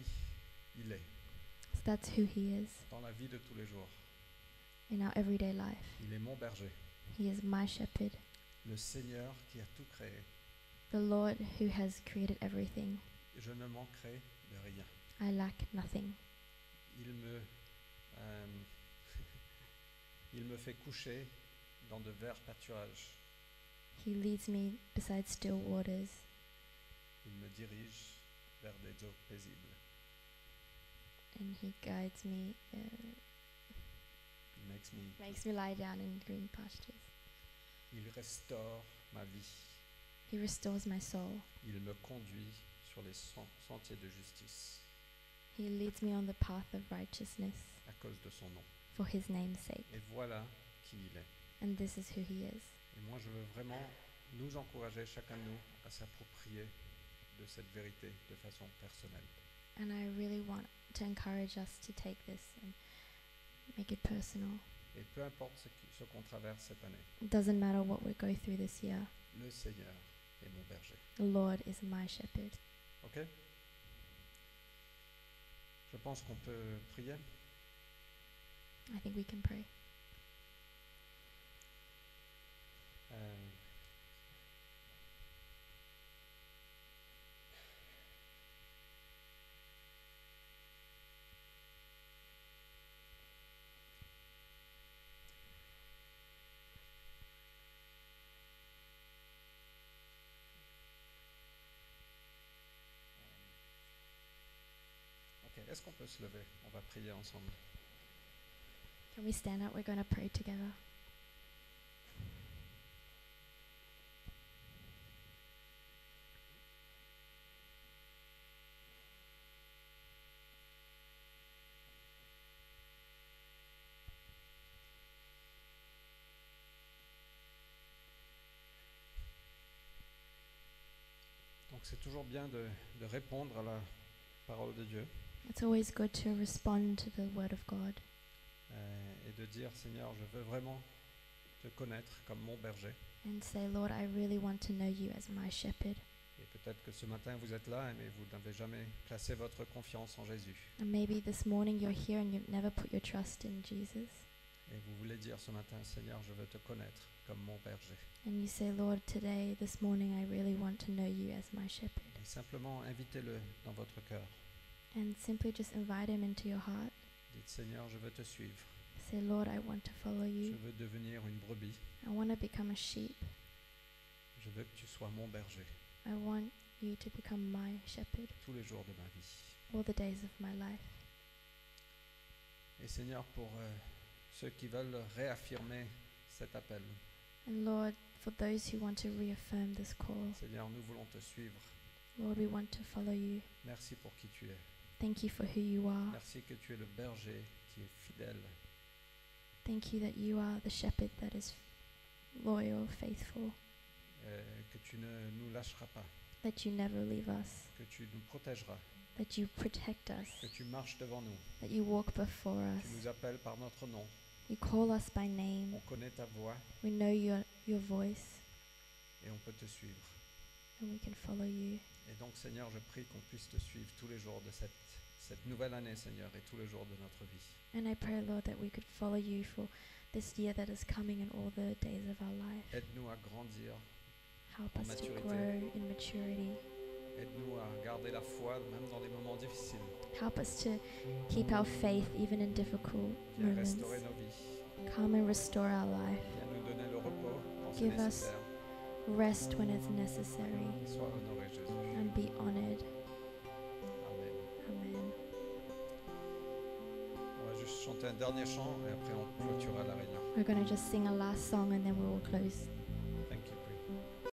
[SPEAKER 1] il est
[SPEAKER 2] So that's who he is
[SPEAKER 1] dans la vie de tous les jours.
[SPEAKER 2] in our everyday life.
[SPEAKER 1] Il est mon berger,
[SPEAKER 2] He is my shepherd,
[SPEAKER 1] le Seigneur qui a tout créé.
[SPEAKER 2] the Lord who has created everything.
[SPEAKER 1] Je ne manquerai de rien.
[SPEAKER 2] I lack nothing.
[SPEAKER 1] Il me, euh, il me fait coucher dans de verts pâturages.
[SPEAKER 2] He leads me beside still waters.
[SPEAKER 1] Il me dirige vers des eaux paisibles.
[SPEAKER 2] and he guides me, uh,
[SPEAKER 1] Il makes me-
[SPEAKER 2] makes me lie down in green pastures.
[SPEAKER 1] il restaure ma vie.
[SPEAKER 2] He restores my soul.
[SPEAKER 1] Il me conduit sur les sen- sentiers de justice.
[SPEAKER 2] He leads me on the path of righteousness
[SPEAKER 1] à cause de son nom.
[SPEAKER 2] for his name's sake.
[SPEAKER 1] Et voilà qui il est.
[SPEAKER 2] And this is who he is.
[SPEAKER 1] Et moi, je veux vraiment nous encourager, chacun de nous, à s'approprier de cette vérité de façon personnelle.
[SPEAKER 2] And I really want to encourage us to take this and make it personal.
[SPEAKER 1] Et peu importe ce qui- ce qu'on traverse cette année,
[SPEAKER 2] It doesn't matter what we go through this year,
[SPEAKER 1] le Seigneur est mon berger.
[SPEAKER 2] the Lord is my shepherd.
[SPEAKER 1] OK Je pense qu'on peut prier.
[SPEAKER 2] I think we can pray.
[SPEAKER 1] Euh, Ok, Est-ce qu'on peut se lever On va prier ensemble.
[SPEAKER 2] Can we stand up? We're going to pray together.
[SPEAKER 1] Donc c'est toujours bien de, de répondre à la parole de Dieu.
[SPEAKER 2] It's always good to respond to the word of God
[SPEAKER 1] Euh, et de dire Seigneur, je veux vraiment te connaître comme mon berger.
[SPEAKER 2] and say, Lord, I really want to know you as my shepherd.
[SPEAKER 1] Et peut-être que ce matin vous êtes là, mais vous n'avez jamais placé votre confiance en Jésus.
[SPEAKER 2] And maybe this morning you're here and you've never put your trust in Jesus.
[SPEAKER 1] Et Et vous voulez dire ce matin, Seigneur, je veux te connaître comme mon berger.
[SPEAKER 2] And you say, Lord, today, this morning, I really want to know you as my shepherd.
[SPEAKER 1] Et simplement invitez-le dans votre cœur.
[SPEAKER 2] And simply just invite him into your heart.
[SPEAKER 1] Dites, Seigneur, je veux te suivre.
[SPEAKER 2] Say, Lord, I want to follow
[SPEAKER 1] Je
[SPEAKER 2] you.
[SPEAKER 1] veux devenir une brebis.
[SPEAKER 2] I want to become a sheep.
[SPEAKER 1] Je veux que tu sois mon berger
[SPEAKER 2] I want you to become my shepherd
[SPEAKER 1] tous les jours de ma vie.
[SPEAKER 2] all the days of my life.
[SPEAKER 1] Et Seigneur, pour euh, ceux qui veulent réaffirmer cet appel,
[SPEAKER 2] And Lord, for those who want to reaffirm this call,
[SPEAKER 1] Seigneur, nous voulons te suivre.
[SPEAKER 2] Lord, we want to follow you.
[SPEAKER 1] Merci pour qui tu es.
[SPEAKER 2] Thank you for who you are.
[SPEAKER 1] Merci que tu es le berger qui est fidèle.
[SPEAKER 2] Thank you that you are the shepherd that is loyal, faithful,
[SPEAKER 1] euh, que tu ne nous lâcheras pas,
[SPEAKER 2] that you never leave us,
[SPEAKER 1] que tu nous protégeras,
[SPEAKER 2] that you protect us,
[SPEAKER 1] que tu marches devant nous.
[SPEAKER 2] that you walk before
[SPEAKER 1] Tu
[SPEAKER 2] us.
[SPEAKER 1] nous appelles par notre nom.
[SPEAKER 2] You call us by name.
[SPEAKER 1] On connaît ta voix
[SPEAKER 2] We know your, your voice
[SPEAKER 1] et on peut te suivre.
[SPEAKER 2] and we can follow you.
[SPEAKER 1] Et donc, Seigneur, je prie qu'on puisse te suivre tous les jours de cette, cette nouvelle année, Seigneur, et tous les jours de notre vie.
[SPEAKER 2] And I pray, Lord, that we could follow you for this year that is coming and all the days of our life.
[SPEAKER 1] Aide-nous à grandir,
[SPEAKER 2] Help
[SPEAKER 1] En
[SPEAKER 2] us to
[SPEAKER 1] maturité.
[SPEAKER 2] grow in maturity.
[SPEAKER 1] aide-nous à garder la foi, même dans les moments difficiles,
[SPEAKER 2] Help us to keep our faith even in difficult
[SPEAKER 1] viens
[SPEAKER 2] moments.
[SPEAKER 1] restaurer nos vies,
[SPEAKER 2] Come and restore our life.
[SPEAKER 1] viens nous donner le repos quand c'est
[SPEAKER 2] Give us-
[SPEAKER 1] nécessaire.
[SPEAKER 2] Rest when it's necessary.
[SPEAKER 1] Sois honoré, Jésus.
[SPEAKER 2] And be honored.
[SPEAKER 1] Amen.
[SPEAKER 2] Amen.
[SPEAKER 1] On va juste chanter un dernier chant et après on clôturera la réunion.
[SPEAKER 2] We're going to just sing a last song and then we will close